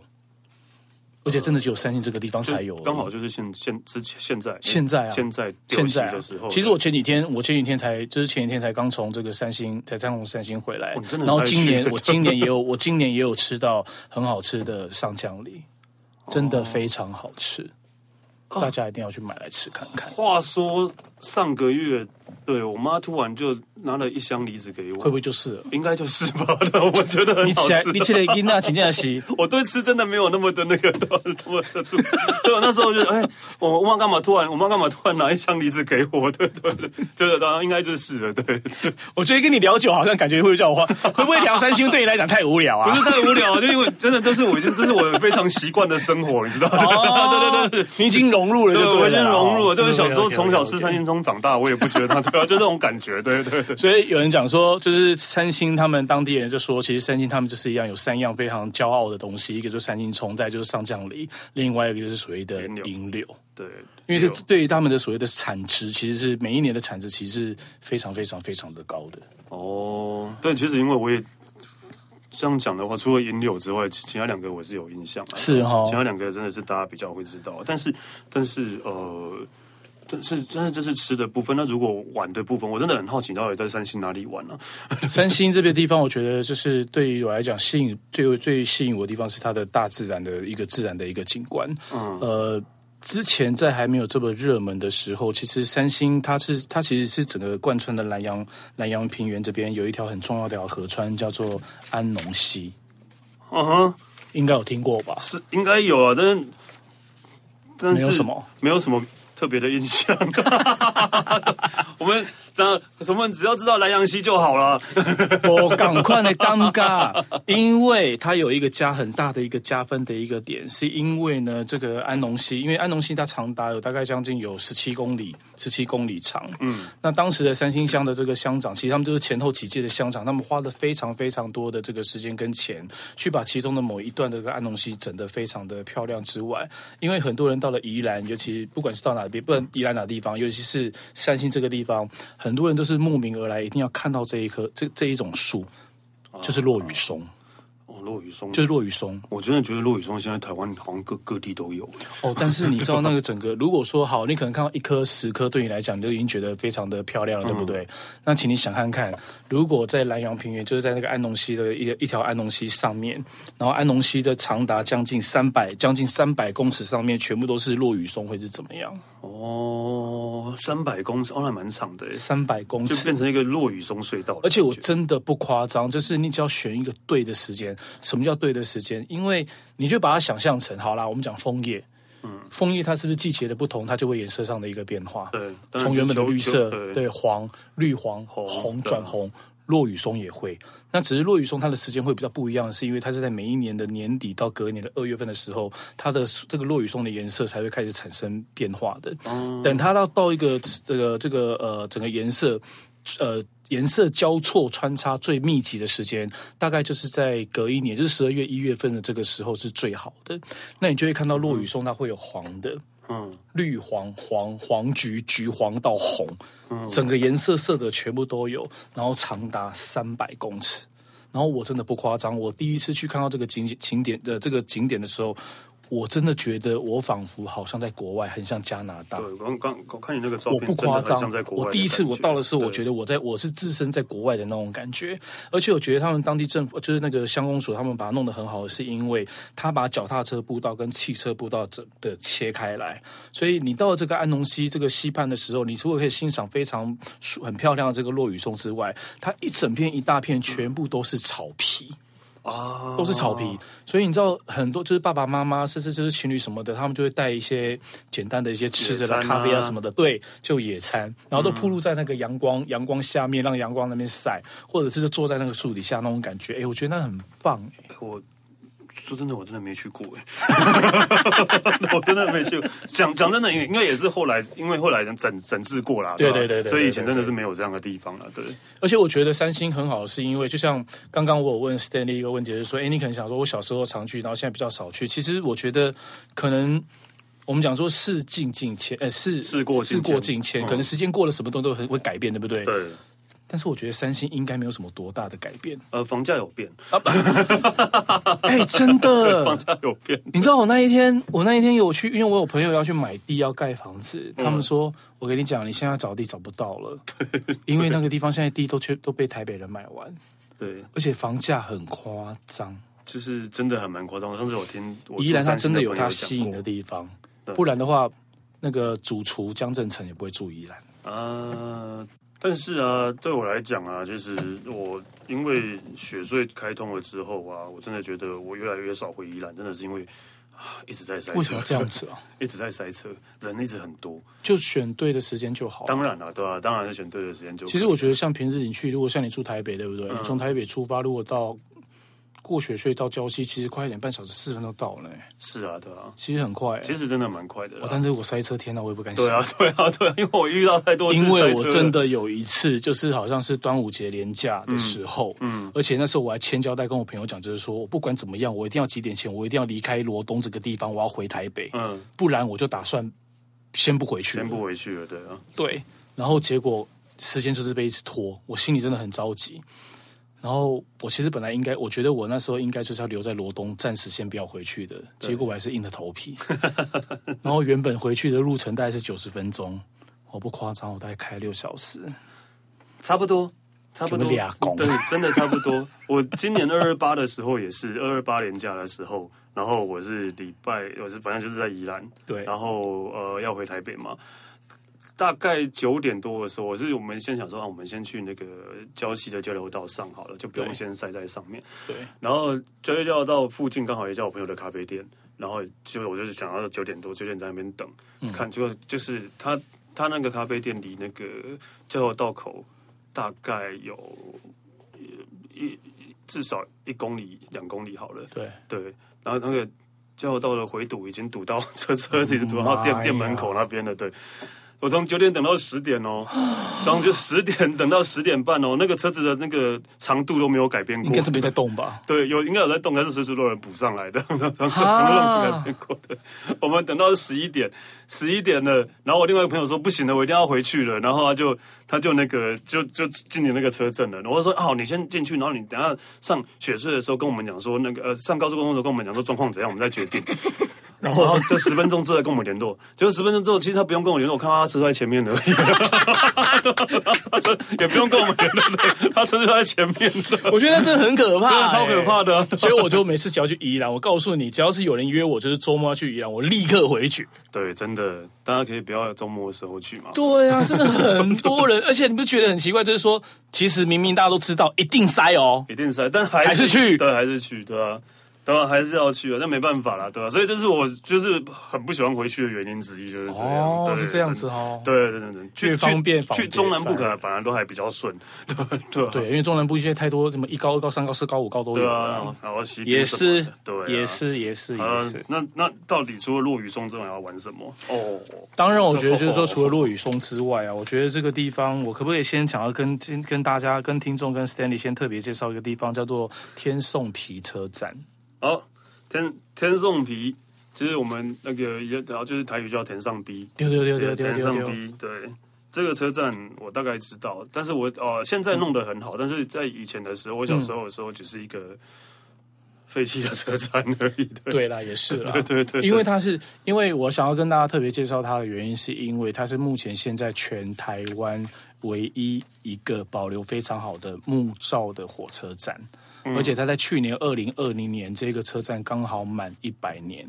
Speaker 2: 而且真的只有三星这个地方才有而已。
Speaker 1: 刚好就是现现之前现在
Speaker 2: 现在啊
Speaker 1: 现在丢
Speaker 2: 现
Speaker 1: 弃
Speaker 2: 在啊、
Speaker 1: 的时候，
Speaker 2: 其实我前几天，我前几天才，就是前几天才刚从这个三星，才刚从三星回来。
Speaker 1: 哦你真的很
Speaker 2: 然后
Speaker 1: 爱
Speaker 2: 今年
Speaker 1: 去
Speaker 2: 我今年也有，我今年也有吃到很好吃的上酱梨，真
Speaker 1: 哦
Speaker 2: 的非常好吃，大家一定要去买来吃看看。
Speaker 1: 话说上个月，对我妈突然就拿了一箱梨子给
Speaker 2: 会
Speaker 1: 我，
Speaker 2: 不会就是了？
Speaker 1: 应该就是吧？ [laughs] 对我觉得
Speaker 2: 你
Speaker 1: 很好
Speaker 2: 起来，
Speaker 1: 吃
Speaker 2: 你。起来，
Speaker 1: [laughs]
Speaker 2: 给那请假席，
Speaker 1: 我对吃真的没有那么的那个那么的注意，所以我那时候就哎，我我妈干嘛突然，我妈干嘛突然拿一箱梨子给我？对对对，对的，当然应该就是了，对。对
Speaker 2: 我觉得跟你聊久，好像感觉会叫我花，会不会聊三星对你来讲太无聊
Speaker 1: 不
Speaker 2: 啊？
Speaker 1: 是太无聊，就因为真的这是我已经这是我非常习惯的生活，你知道吗？ [laughs] 对对对对。
Speaker 2: 对，哦你已经融入了，
Speaker 1: 对，
Speaker 2: 就
Speaker 1: 我
Speaker 2: 对
Speaker 1: 已经
Speaker 2: 了
Speaker 1: 融入了。对，
Speaker 2: 哦
Speaker 1: 小时候从小吃
Speaker 2: OK，OK，OK，OK
Speaker 1: 三星葱长大，我也不觉得它对啊，就这种感觉。对对对，
Speaker 2: 所以有人讲说，就是三星他们当地人就说，其实三星他们就是一样有三样非常骄傲的东西，一个就是三星葱，再就是上酱梨，另外一个就是所谓的
Speaker 1: 银柳
Speaker 2: 银柳，
Speaker 1: 对，
Speaker 2: 因为这对于他们的所谓的产值，其实是每一年的产值其实是非常非常非常的高的。
Speaker 1: 哦，对，其实因为我也这样讲的话，除了银柳之外，其其他两个我是有印象啊，
Speaker 2: 是哈
Speaker 1: 其他两个真的是大家比较会知道，但是但是呃。但是，但是这是吃的部分。那如果玩的部分，我真的很好奇，到底在三星哪里玩啊呢、
Speaker 2: 三星这个地方，我觉得就是对于我来讲，吸引最最吸引我的地方是它的大自然的一个自然的一个景观。嗯，呃，之前在还没有这么热门的时候，其实三星它是它其实是整个贯穿的南洋南洋平原这边有一条很重要的一条河川叫做安农溪，
Speaker 1: 嗯哼，
Speaker 2: 应该有听过吧？
Speaker 1: 是应该有啊，但是但是
Speaker 2: 没有什么，
Speaker 1: 没有什么特别的印象。 [laughs] 我们那我们只要知道南洋溪就好了。
Speaker 2: 我赶快的尴尬，因为它有一个加很大的一个加分的一个点，是因为呢，这个安农溪，因为安农溪它长达有大概将近有十七公里，十七公里长。嗯，那当时的三星乡的这个乡长，其实他们就是前后几届的乡长，他们花了非常非常多的这个时间跟钱，去把其中的某一段的这个安农溪整得非常的漂亮之外，因为很多人到了宜兰，尤其不管是到哪边，不管宜兰哪地方，尤其是三星这个地方，很多人都是慕名而来，一定要看到这一棵这这一种树，就是落羽松，
Speaker 1: 哦，落雨松，
Speaker 2: 就是落羽松。
Speaker 1: 我真的觉得落雨松现在台湾好像各各地都有。
Speaker 2: 哦，但是你知道那个整个，如果说好，你可能看到一颗、十颗，对你来讲，你就已经觉得非常的漂亮了，对不对？那请你想看看，如果在南洋平原，就是在那个安农溪的一一条安农溪上面，然后安农溪的长达将近三百、将近三百公尺上面，全部都是落羽松，会是怎么样？
Speaker 1: 哦，三百公尺，哦，那蛮长的耶，
Speaker 2: 三百公
Speaker 1: 就
Speaker 2: 尺。
Speaker 1: 变成一个落雨松隧道的感觉。
Speaker 2: 而且我真的不夸张，就是你只要选一个对的时间。什么叫对的时间？因为你就把它想象成，好啦，我们讲枫叶，嗯，枫叶它是不是季节的不同，它就会颜色上的一个变化？
Speaker 1: 对当然
Speaker 2: 从原本的绿色
Speaker 1: 就就，对
Speaker 2: 对黄、绿黄、
Speaker 1: 红
Speaker 2: 红
Speaker 1: 对
Speaker 2: 转红。落雨松也会，那只是落雨松它的时间会比较不一样，是因为它是在每一年的年底到隔年的二月份的时候，它的这个落雨松的颜色才会开
Speaker 1: 哦
Speaker 2: 始产生变化的。等它到到一个这个这个呃整个颜色呃颜色交错穿插最密集的时间，大概就是在隔一年，就是十二月一月份的这个时候是最好的。那你就会看到落雨松它会有黄的。
Speaker 1: 嗯，
Speaker 2: 绿黄黄黄橘橘黄到红，整个颜色色的全部都有，然后长达三百公尺。然后我真的不夸张，我第一次去看到这个景景点的、呃、这个景点的时候，我真的觉得我仿佛好像在国外，很像加拿大。
Speaker 1: 对，刚刚我看你那个照
Speaker 2: 我
Speaker 1: 片，
Speaker 2: 不
Speaker 1: 真
Speaker 2: 夸
Speaker 1: 的很
Speaker 2: 张
Speaker 1: 像在，国外的
Speaker 2: 我第一次
Speaker 1: 感
Speaker 2: 我到的
Speaker 1: 觉
Speaker 2: 时候，我
Speaker 1: 对
Speaker 2: 觉得我在我是置身在国外的那种感觉，而且我觉得他们当地政府就是那个乡公所，他们把它弄得很好，是因为他把脚踏车步道跟汽车步道整的切开来，所以你到了这个安农溪这个溪畔的时候，你除了可以欣赏非常舒很漂亮的这个落羽松之外，它一整片一大片全部都是草皮。
Speaker 1: 啊，
Speaker 2: 都是草皮，所以你知道很多就是爸爸妈妈，甚至就是情侣什么的，他们就会带一些简单的一些吃的啦、
Speaker 1: 野餐啊
Speaker 2: 咖啡啊什么的，对，就野餐，然后都铺露在那个阳光阳光下面，让阳光那边晒，或者是就坐在那个树底下那种感觉，哎，我觉得那很棒，哎
Speaker 1: 我说真的，我真的没去过哎， [laughs] 我真的没去过。讲讲真的，因为因为也是后来，因为后来整整治过啦，
Speaker 2: 对
Speaker 1: 吧
Speaker 2: 对对对
Speaker 1: 所以以
Speaker 2: 对
Speaker 1: 前
Speaker 2: 对
Speaker 1: 真的
Speaker 2: 对
Speaker 1: 是没有这样的地方了，对，
Speaker 2: 而且我觉得三星很好，是因为就像刚刚我有问 Stanley 一个问题，就是说，哎，你可能想说我小时候常去，然后现在比较少去，其实我觉得可能。我们讲说事境境迁，呃，事
Speaker 1: 事过境迁
Speaker 2: 事过境迁，可能时间过了，什么东西都很会改变，对不对？
Speaker 1: 对，
Speaker 2: 但是我觉得三星应该没有什么多大的改变。
Speaker 1: 呃，房价有变，
Speaker 2: [laughs] 哎、真
Speaker 1: 房
Speaker 2: 的，
Speaker 1: 价有变，
Speaker 2: 你知道我那一天，我那一天有去，因为我有朋友要去买地要盖房子，他们说，我跟你讲，你现在找地找不到 [laughs] 了，因为那个地方现在地都全都被台北人买完，
Speaker 1: 对，
Speaker 2: 而且房价很夸张。
Speaker 1: 就是真的很蛮夸张。我上次我听，我
Speaker 2: 宜兰它
Speaker 1: 他
Speaker 2: 真的有它吸引的地方，
Speaker 1: 对
Speaker 2: 不然的话，那个主厨江正成也不会住宜兰。
Speaker 1: 啊，但是啊，对我来讲啊，就是我因为雪隧开通了之后啊，我真的觉得我越来越少回宜兰，真的是因为啊一直在塞
Speaker 2: 为什
Speaker 1: 车
Speaker 2: 么，这 [laughs] 样子啊？
Speaker 1: 一直在塞车，人一直很多。
Speaker 2: 就选对的时间就好了。
Speaker 1: 当然了、对啊，当然是选对的时间就可以。嗯
Speaker 2: 其实我觉得，像平日你去，如果像你住台北，对不对？你从台北出发，如果到过雪隧到礁溪，其实快一点，半小时四分钟到了、欸
Speaker 1: 是啊，对啊，
Speaker 2: 其实很快、欸。
Speaker 1: 其实真的蛮快的
Speaker 2: 哦
Speaker 1: 啦。
Speaker 2: 但是我塞车，天哪，我也不敢想。
Speaker 1: 对啊，对啊，对啊，因为我遇到太多次
Speaker 2: 因
Speaker 1: 塞车了，
Speaker 2: 为我真的有一次，就是好像是端午节连假的时候，嗯，而且那时候我还千交代跟我朋友讲，就是说我不管怎么样，我一定要几点前，我一定要离开罗东这个地方，我要回台北，
Speaker 1: 嗯，
Speaker 2: 不然我就打算先不回去了。
Speaker 1: 先不回去了，对啊，
Speaker 2: 对，然后结果时间就是被一直拖，我心里真的很着急。然后我其实本来应该，我觉得我那时候应该就是要留在罗东，暂时先不要回去的。结果我还是硬着头 [laughs] 皮。然后原本回去的路程大概是九十分钟，我不夸张，我大概开六小时。
Speaker 1: 差不多。差不
Speaker 2: 给
Speaker 1: 多
Speaker 2: 我俩拱，
Speaker 1: 对，真的差不多。我今年二二八的时候也是二二八年假的时候，然后我是礼拜，我是反正就是在宜兰，
Speaker 2: 对
Speaker 1: 然后呃要回台北嘛，大概九点多的时候，我是我们先想说啊，我们先去那个礁溪的交流道上好了，就不用
Speaker 2: 对
Speaker 1: 先塞在上面。
Speaker 2: 对，
Speaker 1: 然后交流道到附近刚好也叫我朋友的咖啡店，然后就我就是想要九点多九点在那边等，
Speaker 2: 嗯
Speaker 1: 看结果就是他他那个咖啡店离那个交流道口大概有呃一一至少一公里两公里好了，
Speaker 2: 对，
Speaker 1: 对，然后那个交流道的回堵已经堵到车车已经堵到
Speaker 2: 妈
Speaker 1: 店
Speaker 2: 呀
Speaker 1: 店门口那边了，对。我从九点等到十点
Speaker 2: [gasps]
Speaker 1: 哦，然后就十点等到十点半哦，那个车子的那个长度都没有改变过，
Speaker 2: 应该都没在动吧？
Speaker 1: 对，有应该有在动，但是随时都有人补上来的， [laughs] 然后然后
Speaker 2: 啊
Speaker 1: 让补改过的。 [laughs] 我们等到十一点，十一点了，然后我另外一个朋友说不行了，我一定要回去了，然后他就他就那个就就进你那个车阵了，然后我说好、你先进去，然后你等下上雪隧的时候跟我们讲说那个呃上高速公路的时候跟我们讲说状况怎样，我们再决定。然后就十分钟之后跟我们联络，结果十分钟之后，其实他不用跟我联络，我看到他车就在前面而已， [laughs] 他车也不用跟我们联络，对他车就在前面了。
Speaker 2: [laughs] 我觉得这很可怕、
Speaker 1: 真的超可怕的啊
Speaker 2: 欸所以我就每次只要去宜兰，我告诉你，只要是有人约我，就是周末要去宜兰，我立刻回去。
Speaker 1: 对，真的，大家可以不要周末的时候去嘛。
Speaker 2: 对啊，真的很多人，而且你不觉得很奇怪？就是说，其实明明大家都知道一定塞哦，
Speaker 1: 一定塞，但还
Speaker 2: 还是去
Speaker 1: 对，还是去，对啊。当然还是要去啊，那没办法啦，对吧、所以这是我就是很不喜欢回去的原因之一，就是这样。
Speaker 2: 哦
Speaker 1: 对
Speaker 2: 是这样子哦
Speaker 1: 对对对对，去
Speaker 2: 越方便
Speaker 1: 去
Speaker 2: 方
Speaker 1: 去
Speaker 2: 便
Speaker 1: 中南部
Speaker 2: 反而
Speaker 1: 可能反而都还比较顺， [laughs] 对吧对吧啊
Speaker 2: 对，因为中南部现在太多什么一高、二高、三高、四高、五高都有
Speaker 1: 对
Speaker 2: 了
Speaker 1: 啊，，然后西边
Speaker 2: 也
Speaker 1: 什么
Speaker 2: 是
Speaker 1: 的对、啊，
Speaker 2: 也。是也是
Speaker 1: 呃
Speaker 2: 也是，。
Speaker 1: 那那到底除了落雨中之外还要玩什么？哦，
Speaker 2: 当然，我觉得就是说，除了落雨松之外啊，我觉得这个地方，我可不可以先想要跟先跟大家、跟听众、跟 Stanley 先特别介绍一个地方，叫做天颂皮车站。
Speaker 1: 好，天天送皮，其实我们那个也，然后就是台语叫田上逼，
Speaker 2: 丢丢丢
Speaker 1: 对，
Speaker 2: 丢
Speaker 1: 天
Speaker 2: 丢
Speaker 1: 上
Speaker 2: 丢丢！
Speaker 1: B，对。这个车站我大概知道，但是我呃现在弄得很好，但是在以前的时候，我小时候的时候只是一个废弃的车站而已的。
Speaker 2: 对啦，也是啦，
Speaker 1: 对对 [laughs] 对对
Speaker 2: 因为它是，因为我想要跟大家特别介绍它的原因，是因为它是目前现在全台湾唯一一个保留非常好的木造的火车站，
Speaker 1: 嗯
Speaker 2: 而且它在去年二零二零年这个车站刚好满一百年。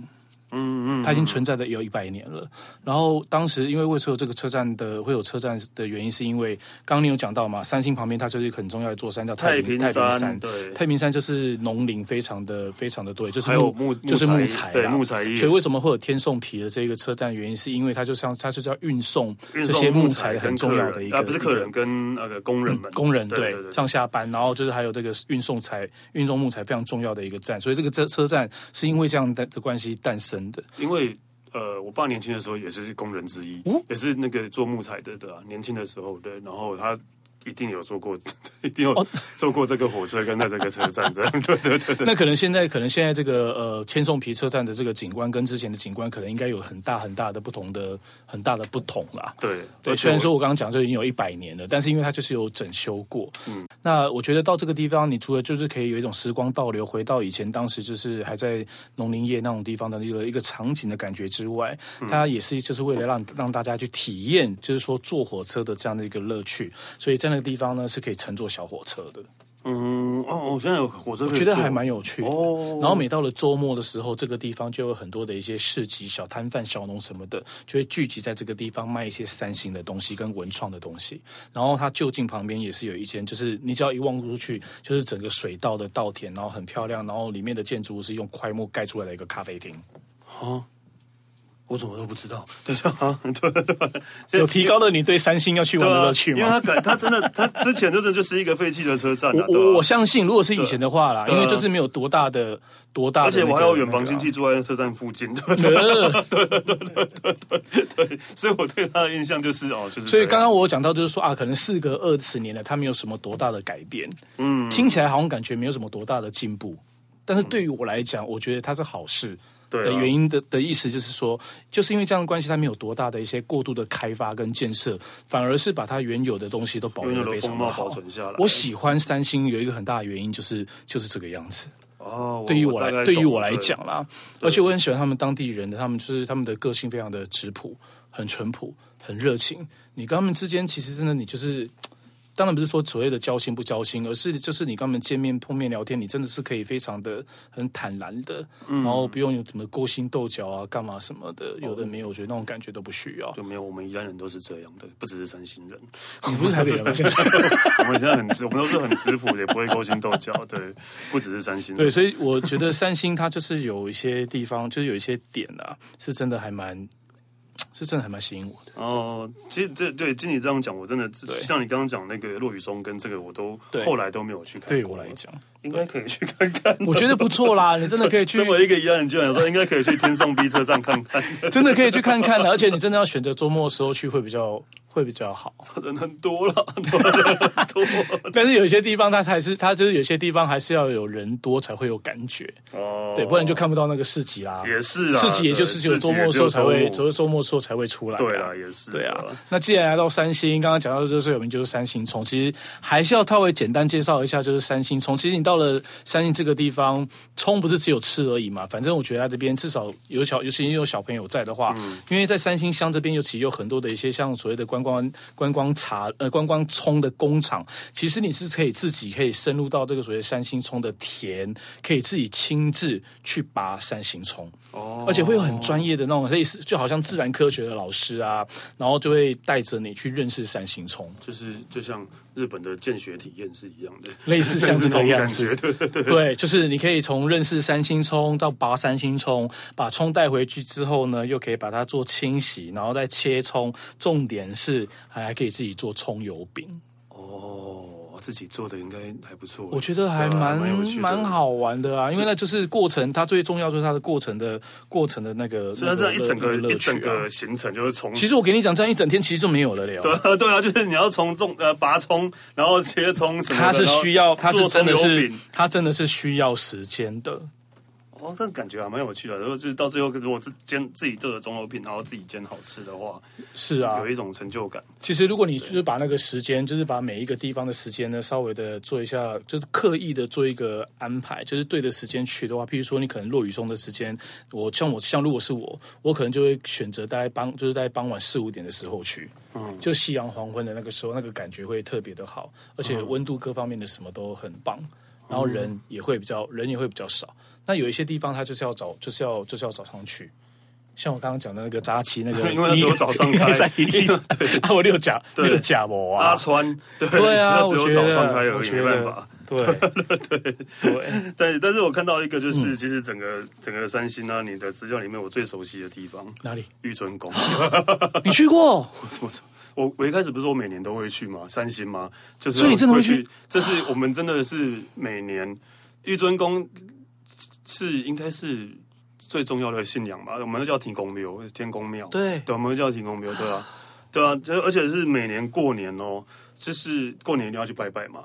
Speaker 1: 嗯嗯，
Speaker 2: 它已经存在的有一百年了。然后当时因为为什么这个车站的会有车站的原因，是因为刚刚你有讲到嘛，三星旁边它就是一个很重要的座山叫
Speaker 1: 太
Speaker 2: 平
Speaker 1: 平
Speaker 2: 太平
Speaker 1: 山，
Speaker 2: 山。
Speaker 1: 对，
Speaker 2: 太平山就是农林非常的非常的对，就是
Speaker 1: 还有
Speaker 2: 木
Speaker 1: 木
Speaker 2: 就是木材啦
Speaker 1: 对木材业
Speaker 2: 所以，为什么会有天送皮的这个车站？原因是因为它就像它就是要运送
Speaker 1: 运
Speaker 2: 这些
Speaker 1: 送
Speaker 2: 木
Speaker 1: 材
Speaker 2: 材很
Speaker 1: 跟
Speaker 2: 重
Speaker 1: 客
Speaker 2: 要的一
Speaker 1: 人
Speaker 2: 个
Speaker 1: 啊，不是客人
Speaker 2: 一个嗯
Speaker 1: 跟那个工人们，
Speaker 2: 工人
Speaker 1: 对
Speaker 2: 对
Speaker 1: 对对，
Speaker 2: 上下班，然后就是还有这个运送材运送木材非常重要的一个站，所以这个车车站是因为这样的的关系诞生的。
Speaker 1: 因为呃，我爸年轻的时候也是工人之一，
Speaker 2: 哦
Speaker 1: 也是那个做木材的，对啊，年轻的时候对，然后他。一定有坐过， [laughs] 一定
Speaker 2: 哦
Speaker 1: 有坐过这个火车跟在这个车站，这样对对对对，
Speaker 2: 那可能现在，可能现在这个呃，千颂皮车站的这个景观跟之前的景观，可能应该有很大很大的不同的很大的不同啦。
Speaker 1: 对
Speaker 2: 对，
Speaker 1: 而且
Speaker 2: 虽然
Speaker 1: 我
Speaker 2: 说我刚刚讲这已经有一百年了，但是因为它就是有整修过。嗯，那我觉得到这个地方，你除了就是可以有一种时光倒流，回到以前当时就是还在农林业那种地方的一个一个场景的感觉之外，它也是就是为了让让大家去体验，就是说坐火车的这样的一个乐趣。所以在那个地方呢，是可以乘坐小火车的。
Speaker 1: 嗯，哦，我现在有火车可以坐，
Speaker 2: 我觉得还蛮有趣的。
Speaker 1: 哦
Speaker 2: 然后每到了周末的时候，这个地方就有很多的一些市集、小摊贩、小农什么的，就会聚集在这个地方卖一些三星的东西跟文创的东西。然后它就近旁边也是有一间，就是你只要一望出去，就是整个水稻的稻田，然后很漂亮，然后里面的建筑物是用块木盖出来的一个咖啡厅，
Speaker 1: 我怎么都不知道， [laughs] 对啊，对对
Speaker 2: 有提高了你对三星要去玩
Speaker 1: 对
Speaker 2: 的
Speaker 1: 啊
Speaker 2: 乐趣，
Speaker 1: 因为他
Speaker 2: 吗？
Speaker 1: 改，他真
Speaker 2: [laughs]
Speaker 1: 的，他之前真的就是一个废弃的车站啊，
Speaker 2: 我
Speaker 1: 对
Speaker 2: 我
Speaker 1: 吧
Speaker 2: 我？相信，如果是以前的话啦，
Speaker 1: 啊
Speaker 2: 因为就是没有多大的多大
Speaker 1: 而
Speaker 2: 的那
Speaker 1: 且
Speaker 2: 个、
Speaker 1: 我还有远房
Speaker 2: 那个啊
Speaker 1: 亲戚住在车站附近， [laughs] 对
Speaker 2: 呃
Speaker 1: 对，所以我对他的印象就是哦，就是这
Speaker 2: 所以
Speaker 1: 样
Speaker 2: 刚刚我有讲到，就是说啊，可能事隔二十年了，它没有什么多大的改变，嗯，听起来好像感觉没有什么多大的进步，但是对于我来讲，我觉得它是好事。
Speaker 1: 对啊
Speaker 2: 的原因的的意思就是说，就是因为这样的关系，它没有多大的一些过度的开发跟建设，反而是把它原有的东西都保
Speaker 1: 原
Speaker 2: 留
Speaker 1: 有的
Speaker 2: 的非常
Speaker 1: 风
Speaker 2: 的
Speaker 1: 貌
Speaker 2: 好。
Speaker 1: 保存下来
Speaker 2: 我喜欢三星有一个很大的原因就是就是这个样子。
Speaker 1: 哦，
Speaker 2: 对于我
Speaker 1: 大概
Speaker 2: 来，
Speaker 1: 懂
Speaker 2: 对于我来讲，啦，而且我很喜欢他们当地人的，他们就是他们的个性非常的质朴，很淳朴，很热情。你跟他们之间，其实真的你就是，当然不是说所谓的交心不交心，而是就是你跟他们见面碰面聊天，你真的是可以非常的很坦然的，然后不用有什么勾心斗角啊，干嘛什么的，有的没有，我觉得那种感觉都不需要。
Speaker 1: 对没有，我们宜兰人都是这样的，不只是三星人，[laughs]
Speaker 2: 哦你不是台北人吗？现在
Speaker 1: 我们现在很直，我们都是很直朴，也不会勾心斗角，对，不只是三星人
Speaker 2: [laughs] 对，，所以我觉得三星它就是有一些地方，就是有一些点啊，是真的还蛮，是真的还蛮吸引我的。
Speaker 1: 哦，其实这对经理这样讲，我真的像你刚刚讲那个落雨松跟这个，我都
Speaker 2: 对
Speaker 1: 后来都没有去看过。
Speaker 2: 对我来讲，
Speaker 1: 应该可以去看看。
Speaker 2: 我觉得不错啦，你真的可以去
Speaker 1: 身，为一个宜兰人，居然说应该可以去天颂 B 车站看
Speaker 2: [laughs]
Speaker 1: 看，
Speaker 2: 真的可以去看看的。而且你真的要选择周末的时候去，会比较会比较好。
Speaker 1: 人很多了，人很
Speaker 2: [laughs]
Speaker 1: 多。
Speaker 2: 但是有些地方它还是它就是有些地方还是要有人多才会有感觉，
Speaker 1: 哦，
Speaker 2: 对，不然就看不到那个市集啦。
Speaker 1: 也是啊啦，
Speaker 2: 市集也就是只有周末的时候才会，只
Speaker 1: 周
Speaker 2: 有周末的时候才会出来。
Speaker 1: 对啦，也是
Speaker 2: 对啊，那既然来到三星，刚刚讲到就是有名就是三星冲，其实还是要稍微简单介绍一下就是三星冲。其实你到了三星这个地方，冲不是只有吃而已嘛，反正我觉得它这边至少有小，尤其有小朋友在的话，因为在三星乡这边，尤其有很多的一些像所谓的观光观光茶呃观光葱的工厂，其实你是可以自己可以深入到这个所谓三星葱的田，可以自己亲自去拔三星葱。
Speaker 1: 哦
Speaker 2: 而且会有很专业的那种类似，就好像自然科学的老师啊，然后就会带着你去认识三星葱，
Speaker 1: 就是就像日本的见学体验是一样的，
Speaker 2: 类似像
Speaker 1: 那
Speaker 2: 这个
Speaker 1: 种
Speaker 2: 样
Speaker 1: 感觉
Speaker 2: 子。
Speaker 1: 的。
Speaker 2: 对，就是你可以从认识三星葱到拔三星葱，把葱带回去之后呢，又可以把它做清洗，然后再切葱。重点是还还可以自己做葱油饼，
Speaker 1: 哦，自己做的应该还不错。
Speaker 2: 我觉得还
Speaker 1: 对啊
Speaker 2: 蛮
Speaker 1: 蛮有趣的
Speaker 2: 蛮好玩的啊，因为那就是过程，它最重要就是它的过程的过程的那个，
Speaker 1: 所以它
Speaker 2: 那个
Speaker 1: 是一整个
Speaker 2: 乐
Speaker 1: 一
Speaker 2: 乐趣
Speaker 1: 整
Speaker 2: 啊
Speaker 1: 个。行程，就是从
Speaker 2: 其实我给你讲，这样一整天其实就没有了了。
Speaker 1: 呃， [laughs] 对啊，就是你要从种呃拔葱，然后切葱什么的，
Speaker 2: 他是需要，他
Speaker 1: 然后
Speaker 2: 是
Speaker 1: 做
Speaker 2: 真的
Speaker 1: 葱油
Speaker 2: 是
Speaker 1: 饼，
Speaker 2: 他真的是需要时间的。
Speaker 1: 哦，这感觉还蛮有趣的。如果就是到最后，如果是煎自己做的中油饼，然后自己煎好吃的话，
Speaker 2: 是啊
Speaker 1: 有，一种成就感。
Speaker 2: 其实如果你就是把那个时间，就是把每一个地方的时间呢，稍微的做一下，就是刻意的做一个安排，就是对的时间去的话，譬如说你可能落雨中的时间，我像我像如果是我，我可能就会选择大概傍就是在傍晚四五点的时候去，
Speaker 1: 嗯，
Speaker 2: 就夕阳黄昏的那个时候，那个感觉会特别的好，而且
Speaker 1: 嗯
Speaker 2: 温度各方面的什么都很棒，然后人也会比较人也会比较少。那有一些地方它就是要早就是要就是要早上去，像我刚刚讲的那个扎旗那个，
Speaker 1: [laughs] 因为它只有早上
Speaker 2: [laughs]
Speaker 1: 开
Speaker 2: 在一定啊，我六甲
Speaker 1: 对
Speaker 2: 六甲模啊
Speaker 1: 阿，川，对，
Speaker 2: 对啊，
Speaker 1: 那
Speaker 2: 我
Speaker 1: 只有
Speaker 2: 觉
Speaker 1: 早
Speaker 2: 得
Speaker 1: 上开
Speaker 2: 我
Speaker 1: 而已，
Speaker 2: 觉
Speaker 1: 没
Speaker 2: 得
Speaker 1: 办法。
Speaker 2: 对对对，
Speaker 1: 对，但是我看到一个，
Speaker 2: 嗯
Speaker 1: 就是、其实整个整个三星啊，你的资料里面我最熟悉的地方，
Speaker 2: 哪里？
Speaker 1: 玉尊宫。
Speaker 2: 你去过？
Speaker 1: 什么时候？我我一开始不是说我每年都会去吗？三星吗？就是
Speaker 2: 所以你真的会
Speaker 1: 会
Speaker 2: 去？
Speaker 1: 这是我们真的是每年玉尊宫是应该是最重要的信仰吧？我们都叫天公庙，天公庙。
Speaker 2: 对
Speaker 1: 对，我们都叫天公庙，对啊，对啊，就而且是每年过年哦，就是过年一定要去拜拜嘛。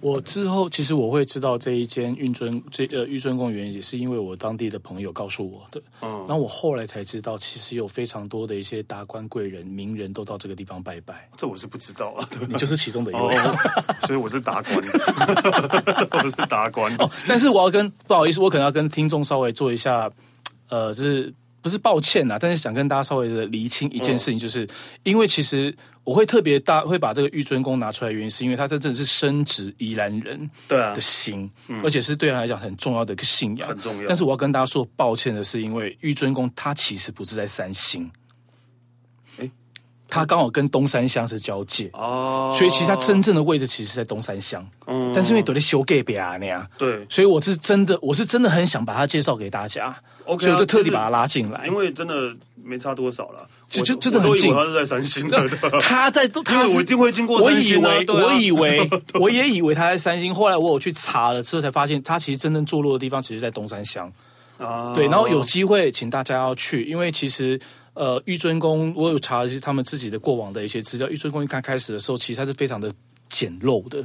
Speaker 2: 我之后其实我会知道这一间运尊这呃玉尊公园，也是因为我当地的朋友告诉我的。
Speaker 1: 嗯
Speaker 2: 那我后来才知道，其实有非常多的一些达官贵人、名人都到这个地方
Speaker 1: [laughs]
Speaker 2: 拜拜，
Speaker 1: 这我是不知道啊，对。
Speaker 2: 你就是其中的一
Speaker 1: 哦
Speaker 2: 位。，
Speaker 1: [laughs] 所以我是达官， [laughs] 我是达官。
Speaker 2: 哦但是我要跟不好意思，我可能要跟听众稍微做一下，呃，就是不是抱歉啊，但是想跟大家稍微的厘清一件事
Speaker 1: 嗯
Speaker 2: 情，就是、因为其实我会特别大会把这个玉尊宫拿出来，原因是因为他这真的是深植宜兰人
Speaker 1: 对啊
Speaker 2: 的，心，而且是对他来讲很重要的一个信仰，
Speaker 1: 很重要
Speaker 2: 但是我要跟大家说抱歉的是，因为玉尊宫它其实不是在三星，
Speaker 1: 诶
Speaker 2: 它刚好跟东山乡是交界。
Speaker 1: 哦，
Speaker 2: 所以其实它真正的位置其实是在东山乡，
Speaker 1: 嗯，
Speaker 2: 但是因为躲在修盖比啊那样，
Speaker 1: 对
Speaker 2: 所以我是真的，我是真的很想把它介绍给大家
Speaker 1: OK
Speaker 2: 所以
Speaker 1: 啊
Speaker 2: 我就特地
Speaker 1: 就是
Speaker 2: 把它拉进来
Speaker 1: 因。为真的没差多少了，
Speaker 2: 就
Speaker 1: 我
Speaker 2: 就真的很
Speaker 1: 我都以
Speaker 2: 近
Speaker 1: 为他是在三星
Speaker 2: [laughs]
Speaker 1: 的，对吧
Speaker 2: 他在，
Speaker 1: 因
Speaker 2: 他
Speaker 1: 为
Speaker 2: 是
Speaker 1: 我一定会经过
Speaker 2: 我
Speaker 1: 三
Speaker 2: 以
Speaker 1: 星啊
Speaker 2: 为，
Speaker 1: [laughs] 对啊
Speaker 2: 我以为，我也以为他在三星。后来我有去查了之后，才发现他其实真正坐落的地方其实在东山乡。
Speaker 1: 啊
Speaker 2: 对，然后有机会请大家要去，因为其实呃，玉尊宫我有查一些他们自己的过往的一些资料。玉尊宫一刚开始的时候，其实它是非常的简陋的。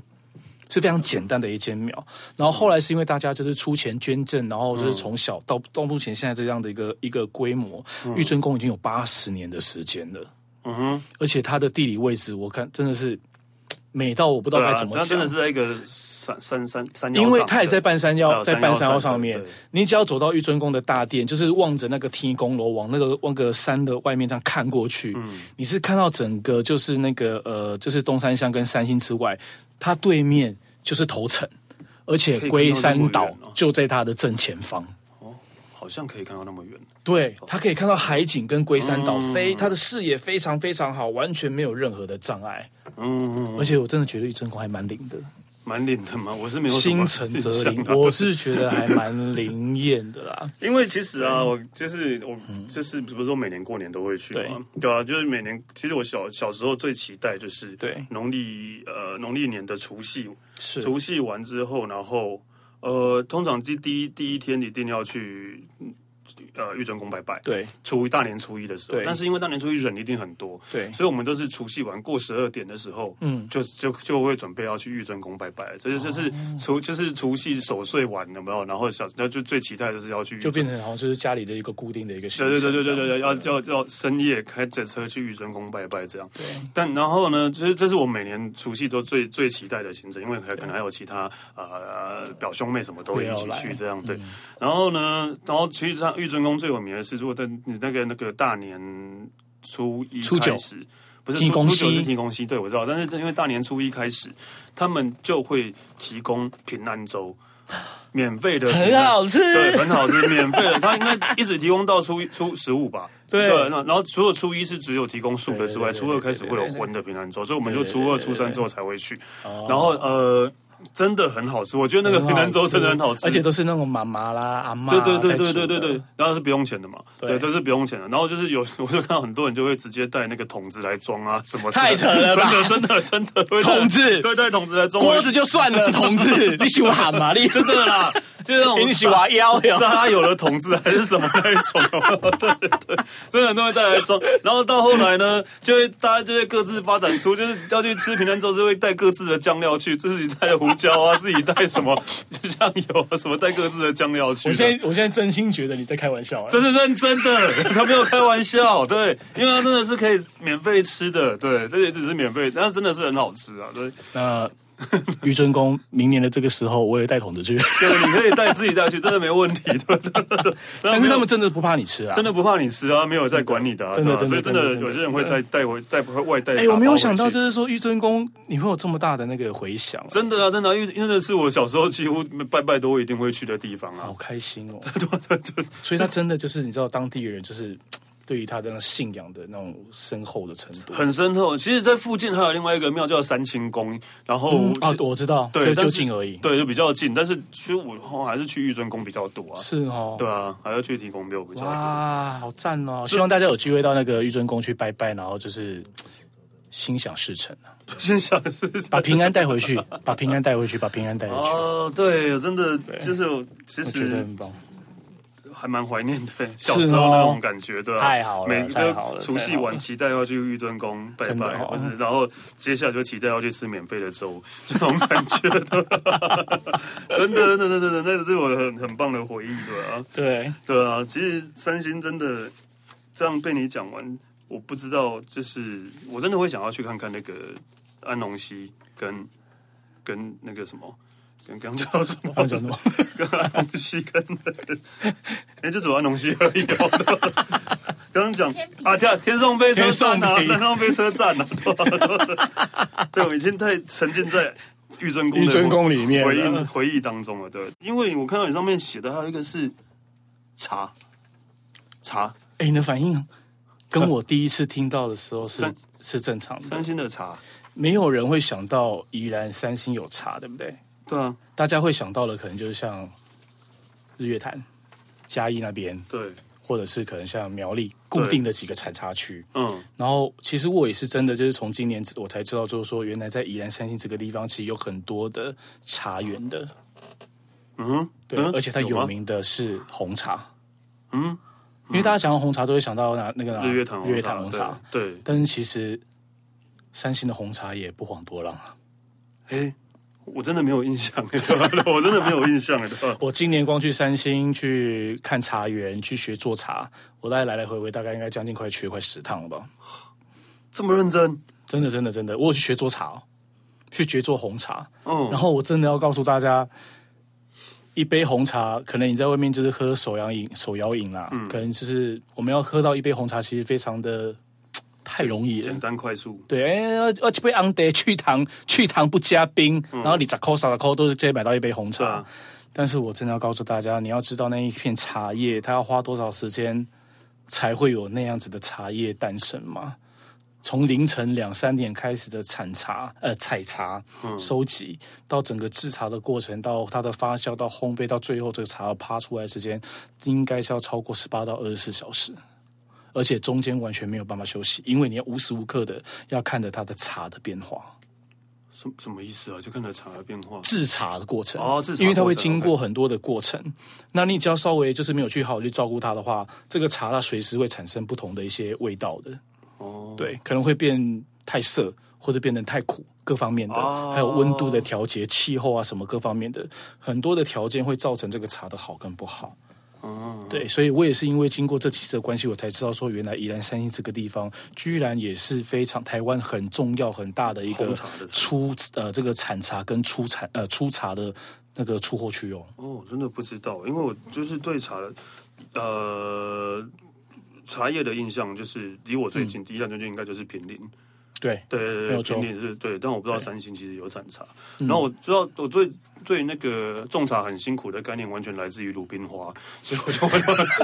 Speaker 2: 是非常简单的一间庙，然后后来是因为大家就是出钱捐赠，然后就是从小到到目前现在这样的一个一个规模，玉尊宫已经有八十年的时间了，
Speaker 1: 嗯哼，
Speaker 2: 而且它的地理位置，我看真的是美到我不知道
Speaker 1: 对
Speaker 2: 该
Speaker 1: 啊
Speaker 2: 怎，么
Speaker 1: 那
Speaker 2: 讲
Speaker 1: 真的。是在一个山山山山腰
Speaker 2: 因
Speaker 1: 上，
Speaker 2: 为它也在半山腰，
Speaker 1: 对啊
Speaker 2: 在半山腰上
Speaker 1: 山
Speaker 2: 面
Speaker 1: 腰上对，
Speaker 2: 你只要走到玉尊宫的大殿，就是望着那个天宫楼，往那个往个山的外面这样看过去，
Speaker 1: 嗯
Speaker 2: 你是看到整个就是那个呃，就是东山乡跟三星之外，它对面就是头城，而且
Speaker 1: 可以看到
Speaker 2: 龟
Speaker 1: 那
Speaker 2: 山
Speaker 1: 么
Speaker 2: 岛
Speaker 1: 远哦
Speaker 2: 就在它的正前方。
Speaker 1: 好像可以看到那么远，
Speaker 2: 对，
Speaker 1: 哦
Speaker 2: 他可以看到海景跟龟山岛，非他的视野非常非常好，完全没有任何的障碍。
Speaker 1: 嗯，
Speaker 2: 而且我真的觉得玉尊宫还蛮灵的，
Speaker 1: 蛮灵的嘛，我是没有什
Speaker 2: 心
Speaker 1: 么
Speaker 2: 诚
Speaker 1: 印
Speaker 2: 则
Speaker 1: [laughs] 象
Speaker 2: 灵
Speaker 1: 啊，
Speaker 2: 我是觉得还蛮灵验的啦。
Speaker 1: 因为其实
Speaker 2: 嗯
Speaker 1: 啊，我就是我就是不是说每年过年都会去嘛，对啊，就是每年其实我小小时候最期待就是
Speaker 2: 对
Speaker 1: 农历呃农历年的除夕， [laughs]
Speaker 2: 是
Speaker 1: 除夕完之后，然后呃，通常第第一第一天一定要去嗯呃玉尊宫拜拜，
Speaker 2: 对
Speaker 1: 初一大年初一的时候
Speaker 2: 对，
Speaker 1: 但是因为大年初一人一定很多，
Speaker 2: 对
Speaker 1: 所以我们都是除夕晚过十二点的时候，嗯，就就就会准备要去玉尊宫拜拜，
Speaker 2: 哦
Speaker 1: 所以就是除就是除夕守岁晚有没有？然后小那就最期待就是要去玉
Speaker 2: 就
Speaker 1: 尊。
Speaker 2: 变成好像就是家里的一个固定的一个行
Speaker 1: 对对对对对
Speaker 2: 程
Speaker 1: 对
Speaker 2: 这
Speaker 1: 对，
Speaker 2: 样
Speaker 1: 要
Speaker 2: 子
Speaker 1: 要要深夜开着车去玉尊宫拜拜这样。对。啊
Speaker 2: 嗯
Speaker 1: 但然后呢，就是这是我每年除夕都最最期待的行程，因为还可能还有其他呃表兄妹什么都会一起
Speaker 2: 也要来
Speaker 1: 去这样对。然后呢，然后其实上玉尊宫最有名的是，如果在你那个那个大年初一
Speaker 2: 初九
Speaker 1: 开始不是
Speaker 2: 提供
Speaker 1: 初初九是
Speaker 2: 西
Speaker 1: 提供西，对我知道，但是因为大年初一开始，他们就会提供平安
Speaker 2: [sighs]
Speaker 1: 粥，免费的平安
Speaker 2: 很好吃
Speaker 1: 对，很好吃，免费的，他应该一直提供到初一初十五吧。
Speaker 2: 对
Speaker 1: 那然后除了初一是只有提供素的之外，
Speaker 2: 对对对
Speaker 1: 初二开始会有荤的平安粥，所以我们就初二、初三之后才会去。
Speaker 2: 哦
Speaker 1: 然后呃，真的很好吃，我觉得那个平 [laughs] 安粥真的很好吃，
Speaker 2: 而且都是那种妈妈啦、阿啊妈
Speaker 1: 对对对对对对
Speaker 2: 对
Speaker 1: 对，然后是不用钱的嘛，
Speaker 2: 对
Speaker 1: 对，都是不用钱的。然后就是有，我就看到很多人就会直接带那个桶子来装啊，什么之类的
Speaker 2: 太扯了吧
Speaker 1: 真的真的真的会带
Speaker 2: 桶子
Speaker 1: 对，带桶子来装
Speaker 2: 锅子就算了，
Speaker 1: [laughs]
Speaker 2: 同志，你喜欢喊嘛？你
Speaker 1: 真的啦，就是那
Speaker 2: [laughs]
Speaker 1: 种啊
Speaker 2: 你喜
Speaker 1: [laughs]
Speaker 2: 欢腰哟？
Speaker 1: 沙拉有了桶子还是什么那一种，对对对，真的都会带来装。然后到后来呢，就会大家就会各自发展出，就是要去吃平安粥，是会带各自的酱料去，自己带胡椒啊，自己带什么酱油啊，什么带各自的酱料去的。
Speaker 2: 我现在我现在真心觉得你在开玩笑、啊，
Speaker 1: 这是认真的，他没有开玩笑，对，因为他真的是可以免费吃的，对，这也只是免费，但是真的是很好吃啊，对，
Speaker 2: 那于真公明年的这个时候，我也带筒子
Speaker 1: [laughs]
Speaker 2: 去，
Speaker 1: 对，你可以带自己带去，真的没问题，对对对对，
Speaker 2: 但
Speaker 1: 但
Speaker 2: 是他们真的不怕你吃啊。
Speaker 1: 真的不怕你吃啊，没有在管你的、啊，
Speaker 2: 真的
Speaker 1: 对啊所以
Speaker 2: 真
Speaker 1: 真
Speaker 2: 的
Speaker 1: 的
Speaker 2: 真的
Speaker 1: 有些人会带带回带外带，
Speaker 2: 哎、我没有想到，
Speaker 1: 这。
Speaker 2: 就是说玉真公你会有这么大的那个回响、
Speaker 1: 真的啊，真的、啊，因为因为那是我小时候几乎拜拜都一定会去的地方啊
Speaker 2: 好。开心
Speaker 1: [laughs]
Speaker 2: 哦！所以他真的就是你知道当地人就是对于他的那信仰的那种深厚的程度。
Speaker 1: 很深厚，其实，在附近还有另外一个庙叫三清宫，然后、
Speaker 2: 嗯啊，我知道，
Speaker 1: 对，
Speaker 2: 就
Speaker 1: 但
Speaker 2: 就是近而已。
Speaker 1: 对，就比较近。但是其实我后来还是去玉尊宫比较多啊。
Speaker 2: 是哦，
Speaker 1: 对啊，还要去提供庙比较 [laughs] 多。
Speaker 2: 哇，好赞哦！希望大家有机会到那个玉尊宫去拜拜，然后就是心想事成
Speaker 1: [laughs]
Speaker 2: 啊，
Speaker 1: 心想事成。
Speaker 2: 把平安带回去，把平安带回去，把平安带回去。
Speaker 1: 哦，对，真的 [laughs] 就是我其
Speaker 2: 我觉得
Speaker 1: 实
Speaker 2: 很棒，
Speaker 1: 还蛮怀念的，小时候那种感觉，对啊，
Speaker 2: 哦太好了
Speaker 1: 每
Speaker 2: 太好了
Speaker 1: 就除
Speaker 2: 太
Speaker 1: 夕
Speaker 2: 好了
Speaker 1: 晚期待要去玉尊宫拜
Speaker 2: 真
Speaker 1: 拜
Speaker 2: 的，哦
Speaker 1: 或者然后接下来就期待要去吃免费的粥，这种感
Speaker 2: [laughs]
Speaker 1: 觉，真的，真的，真的，那是我很很棒的回忆，对啊，
Speaker 2: 对，
Speaker 1: 对啊，其实三星真的这样被你讲完，我不知道，就是我真的会想要去看看那个安龙溪跟跟那个什么，跟刚叫什么？
Speaker 2: 他们讲
Speaker 1: [laughs]
Speaker 2: 什么？
Speaker 1: 跟安龙溪跟那个，哎、就只有安龙溪而已、哦。刚刚讲啊，天天送飞车站啊，
Speaker 2: 天
Speaker 1: 天
Speaker 2: 送
Speaker 1: 送飞车站啊，对啊对，我已经太沉浸在玉真宫的
Speaker 2: 玉真宫里面了
Speaker 1: 回忆回忆当中了，对，因为我看到你上面写的还有一个是茶茶
Speaker 2: 哎、你的反应跟我第一次听到的时候是
Speaker 1: 三
Speaker 2: 是正常的，
Speaker 1: 三星的茶，
Speaker 2: 没有人会想到宜兰三星有茶，对不对？
Speaker 1: 对啊，
Speaker 2: 大家会想到的可能就是像日月潭、嘉义那边，
Speaker 1: 对，
Speaker 2: 或者是可能像苗栗固定的几个产茶区。
Speaker 1: 嗯，
Speaker 2: 然后，其实我也是真的，就是从今年我才知道，就是说原来在宜兰三星这个地方，其实有很多的茶园的，
Speaker 1: 嗯哼，
Speaker 2: 对，
Speaker 1: 嗯
Speaker 2: 而且它
Speaker 1: 有吗
Speaker 2: 有名的是红茶。
Speaker 1: 嗯，
Speaker 2: 因为大家想到红茶，都会想到那那个哪
Speaker 1: 日月潭
Speaker 2: 日月潭红茶，，
Speaker 1: 对，
Speaker 2: 但是其实三星的红茶也不遑多让啊。
Speaker 1: 哎、诶我真的没有印象，对吧我真的没有印象，对吧？
Speaker 2: 我今年光去三星去看茶园，去学做茶，我大概来来回回大概应该将近快去了快十趟了吧。
Speaker 1: 这么认真，
Speaker 2: 真的真的真的，我有去学做茶、哦，去学做红茶。
Speaker 1: 嗯，
Speaker 2: 然后我真的要告诉大家，一杯红茶，可能你在外面就是喝手摇饮、手摇饮啦，可能就是我们要喝到一杯红茶，其实非常的太容易了
Speaker 1: 简。单快速，
Speaker 2: 对，哎、要要这杯昂得去糖，去糖不加冰，然后你咋抠啥抠都是直接买到一杯红
Speaker 1: 对
Speaker 2: 茶。
Speaker 1: 啊，
Speaker 2: 但是我真的要告诉大家，你要知道那一片茶叶，它要花多少时间才会有那样子的茶叶诞生吗？从凌晨两三点开始的产茶，呃，采茶、收集，到整个制茶的过程，到它的发酵，到烘焙，到最后这个茶要趴出来的时间，应该是要超过十八到二十四小时，而且中间完全没有办法休息，因为你要无时无刻的要看着它的茶的变化。
Speaker 1: 什什么意思啊？就看着茶的变化，
Speaker 2: 制茶的过程
Speaker 1: 哦制茶
Speaker 2: 因为它
Speaker 1: 过
Speaker 2: 会
Speaker 1: 程
Speaker 2: 经过很多的过程。那你只要稍微就是没有去好好去照顾它的话，这个茶它随时会产生不同的一些味道的，
Speaker 1: 哦，
Speaker 2: 对，可能会变太涩，或者变得太苦，各方面的，
Speaker 1: 哦
Speaker 2: 还有温度的调节、气候啊什么各方面的，很多的条件会造成这个茶的好跟不好。
Speaker 1: 哦，
Speaker 2: 对，所以我也是因为经过这几次的关系，我才知道说，原来宜兰三星这个地方，居然也是非常台湾很重要、很大的一个
Speaker 1: 红茶的
Speaker 2: 出呃这个产茶跟出产呃出茶的那个出货区哦。
Speaker 1: 哦，真的不知道，因为我就是对茶，呃，茶叶的印象就是离我最近、第一站最近应该就是平林，
Speaker 2: 对，
Speaker 1: 对对
Speaker 2: 没
Speaker 1: 对
Speaker 2: 有，错
Speaker 1: 甜点是对，但我不知道三星其实有产茶。然后我知道，我对对那个种茶很辛苦的概念，完全来自于鲁冰花， [laughs] 所以我就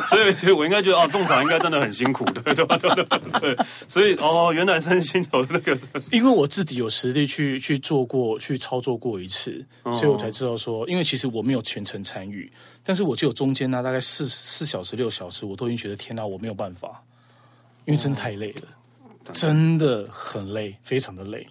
Speaker 1: 所以所以我应该觉得哦，种茶应该真的很辛苦，对对对对对对。所以哦，原来三星有那个
Speaker 2: 因为我自己有实地去去做过、去操作过一次，
Speaker 1: 哦
Speaker 2: 所以我才知道说，因为其实我没有全程参与，但是我就有中间啊呢、大概四四小时、六小时，我都已经觉得天哪、我没有办法，因为真
Speaker 1: 哦
Speaker 2: 的太累了，真的很累，非常的累。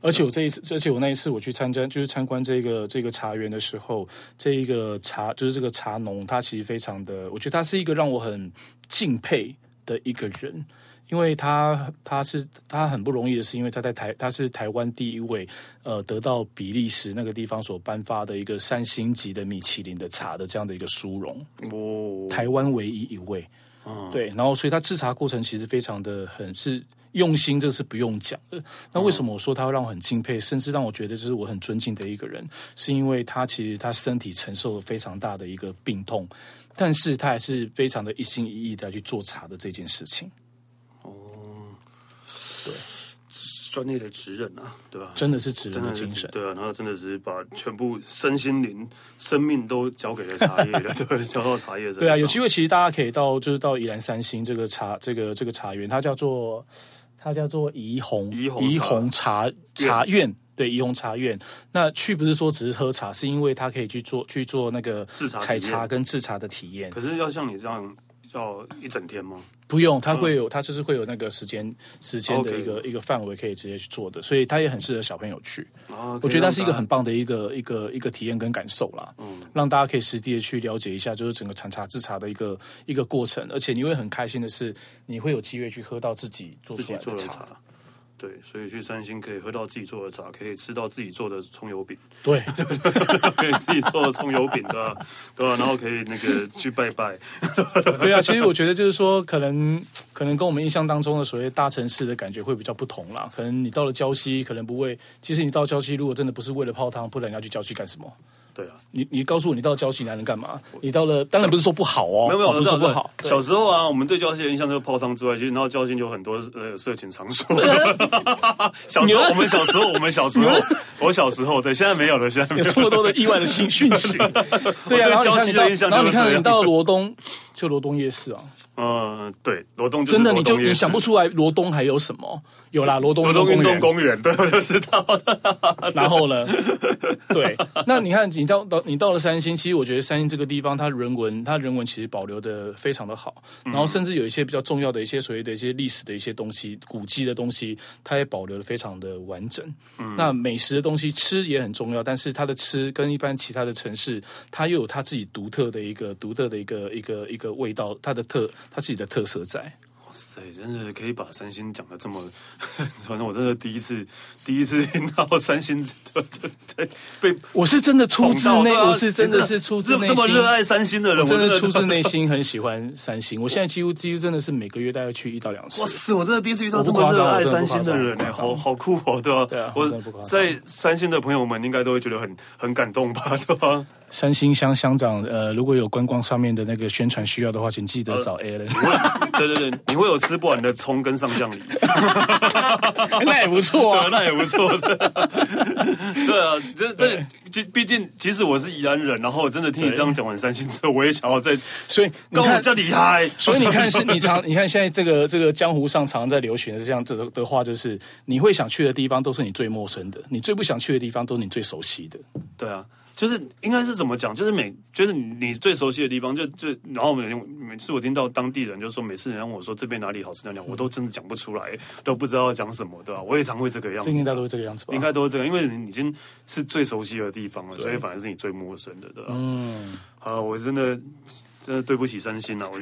Speaker 2: 而且我这一次，而且我那一次我去参加，就是参观这个这个茶园的时候，这一个茶就是这个茶农，他其实非常的，我觉得他是一个让我很敬佩的一个人，因为他他是他很不容易的是，因为他在台他是台湾第一位呃得到比利时那个地方所颁发的一个三星级的米其林的茶的这样的一个殊荣，
Speaker 1: 哦，
Speaker 2: 台湾唯一一位。
Speaker 1: 嗯
Speaker 2: 对，然后所以他制茶过程其实非常的很是用心，这是不用讲的。那为什么我说他会让我很敬佩，甚至让我觉得就是我很尊敬的一个人，是因为他其实他身体承受了非常大的一个病痛，但是他还是非常的一心一意的去做茶的这件事情，
Speaker 1: 专业的职人啊，对吧？
Speaker 2: 真的是职人
Speaker 1: 真
Speaker 2: 的
Speaker 1: 的是
Speaker 2: 精神。
Speaker 1: 对啊，然后真的只是把全部身心灵、生命都交给了茶叶了， [laughs] 对，交到茶叶身上。
Speaker 2: 对啊，有机会其实大家可以到就是到宜兰三星这个茶这个这个茶园，它叫做它叫做怡红
Speaker 1: 怡红茶
Speaker 2: 茶茶院。对怡红茶院，那去不是说只是喝茶，是因为它可以去做去做那个
Speaker 1: 制茶体
Speaker 2: 采
Speaker 1: 验
Speaker 2: 茶跟制茶的体验。
Speaker 1: 可是要像你这样要一整天吗？
Speaker 2: 不用，它会
Speaker 1: 嗯
Speaker 2: 有它就是会有那个时间时间的一个一个范围可以直接去做的，所以它也很适合小朋友去。
Speaker 1: 啊，
Speaker 2: 我觉得
Speaker 1: 那
Speaker 2: 它是一个很棒的一个一个一个体验跟感受啦，嗯，让大家可以实地的去了解一下，就是整个产茶制茶的一个一个过程，而且你会很开心的是，你会有机会去喝到自己做
Speaker 1: 自
Speaker 2: 出
Speaker 1: 己
Speaker 2: 来
Speaker 1: 做
Speaker 2: 的
Speaker 1: 的
Speaker 2: 茶，
Speaker 1: 茶。对，所以去三星可以喝到自己做的茶，可以吃到自己做的葱油饼， [laughs]
Speaker 2: 对，
Speaker 1: 可以自己做的葱油饼对吧、对啊吧、然后可以那个去拜拜，
Speaker 2: 对啊，其实我觉得就是说，可能可能跟我们印象当中的所谓大城市的感觉会比较不同啦，可能你到了礁溪，可能不会，其实你到礁溪如果真的不是为了泡汤，不然你要去礁溪干什么？
Speaker 1: 对啊。
Speaker 2: 你你告诉我你到礁溪你还能干嘛？你到了当然不是说不好哦，
Speaker 1: 没有没有，
Speaker 2: 哦不是说
Speaker 1: 知道
Speaker 2: 不好，对
Speaker 1: 小时候啊，我们对交心的印象就是泡汤之外，其实然后交心有很多呃色情场所。
Speaker 2: [laughs]
Speaker 1: 小时候我们小时候我们小时候我小时候对，现在没有了，现在没
Speaker 2: 有 [laughs]
Speaker 1: 有了。
Speaker 2: 这么多的意外的新讯
Speaker 1: [laughs]
Speaker 2: 息，对啊，然
Speaker 1: 我对
Speaker 2: 后
Speaker 1: 礁
Speaker 2: 你
Speaker 1: 溪
Speaker 2: 看
Speaker 1: 的
Speaker 2: 你
Speaker 1: 印
Speaker 2: 到，
Speaker 1: 象
Speaker 2: 然后你
Speaker 1: 就是这
Speaker 2: 看
Speaker 1: 样
Speaker 2: 你到罗东，就罗东夜市啊，
Speaker 1: 嗯，对，罗东就是
Speaker 2: 真的你
Speaker 1: 罗东
Speaker 2: 就
Speaker 1: 夜
Speaker 2: 你
Speaker 1: 市
Speaker 2: 想不出来罗东还有什么，有啦，罗东
Speaker 1: 罗东运动公
Speaker 2: 公园，
Speaker 1: 园，对，我就知道 [laughs] 了。
Speaker 2: 然后呢，对，那你看你到到你到了三星，其实我觉得三星这个地方，它人文它人文其实保留的非常的好，
Speaker 1: 嗯
Speaker 2: 然后甚至有一些比较重要的一些所谓的一些历史的一些东西、古迹的东西，它也保留的非常的完整。
Speaker 1: 嗯
Speaker 2: 那美食的东西吃也很重要，但是它的吃跟一般其他的城市，它又有它自己独特的一个独特的一个一个一个味道，它的特它自己的特色在。
Speaker 1: 哇塞，真的可以把三星讲的这么， [laughs] 反正我真的第一次第一次 [laughs] 听到三星，对对对，被
Speaker 2: 我是真的出
Speaker 1: 捧
Speaker 2: 自
Speaker 1: 到，
Speaker 2: 内，
Speaker 1: 对啊
Speaker 2: 我是真的是出自
Speaker 1: 这
Speaker 2: 内
Speaker 1: 这
Speaker 2: 心
Speaker 1: 么热爱三星的人，
Speaker 2: 我真
Speaker 1: 我
Speaker 2: 的出自内心很喜欢三星，我现在几乎几乎真的是每个月大概去一到两次
Speaker 1: 哇。塞！我真的第一次遇到这
Speaker 2: 我
Speaker 1: 么
Speaker 2: 不夸张
Speaker 1: 热爱
Speaker 2: 我真
Speaker 1: 三
Speaker 2: 的不
Speaker 1: 星的人
Speaker 2: 夸
Speaker 1: 呢，
Speaker 2: 张
Speaker 1: 好好酷哦，对吧、
Speaker 2: 对啊我
Speaker 1: 我
Speaker 2: 真的不夸张
Speaker 1: 在三星的朋友们应该都会觉得很很感动吧， [laughs] 对吧、
Speaker 2: 三星乡乡长，呃，如果有观光上面的那个宣传需要的话，请记
Speaker 1: 呃
Speaker 2: 得找 a l
Speaker 1: [laughs]
Speaker 2: n
Speaker 1: 对对对，你会有吃不完的葱跟上酱梨，
Speaker 2: 哎那也不错
Speaker 1: 对啊，。 [laughs] 那也不错的。对啊，这这毕毕竟，即使我是宜兰人，然后我真的听你这样讲完三星之后，我也想要再
Speaker 2: 所以你
Speaker 1: 跟我
Speaker 2: 看，
Speaker 1: 这厉害。
Speaker 2: 所以你看，是你常你看现在这个这个江湖上常常在流行的这样子的的话，就是你会想去的地方都是你最陌生的，你最不想去的地方都是你最熟悉的。
Speaker 1: 对啊，就是应该是怎么讲？就是每就是你最熟悉的地方，就就然后每每次我听到当地人就说，每次人家问我说这边哪里好吃哪里好，我都真的讲不出来，都不知道要讲什么，对吧、我也常会这个样
Speaker 2: 最近
Speaker 1: 子
Speaker 2: 大。家都会这个样子吧？
Speaker 1: 应该都是这个，因为你已经是最熟悉的地方了，所以反而是你最陌生的，对吧、嗯，啊，我真的真的对不起三星啊，我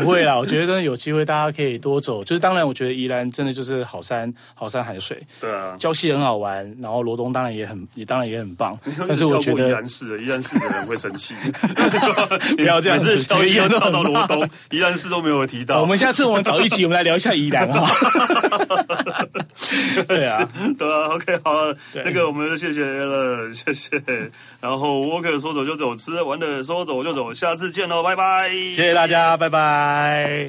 Speaker 2: 不会啦，我觉得真的有机会，大家可以多走。就是当然，我觉得宜兰真的就是好山好山海水，
Speaker 1: 对啊，
Speaker 2: 礁溪很好玩，然后罗东当然也很，也当然也很棒。 [laughs] 但是
Speaker 1: 要
Speaker 2: 我
Speaker 1: 过
Speaker 2: 觉
Speaker 1: [laughs] 宜
Speaker 2: 得
Speaker 1: 兰市的，宜兰市的人会生气，
Speaker 2: [laughs] 不要这样子
Speaker 1: 每次消息
Speaker 2: 直接
Speaker 1: 都
Speaker 2: 弄
Speaker 1: 跳到罗东，宜兰市都没有提到。
Speaker 2: [laughs] 呃我们下次我们找一集，我们来聊一下宜兰
Speaker 1: [laughs]
Speaker 2: 哈。对啊，
Speaker 1: 对啊，OK，好了，那个我们就谢谢了， [laughs] 谢谢。然后 Walker 说走就走，吃完了说走就走，下次见喽，拜拜，
Speaker 2: 谢谢大家，拜拜。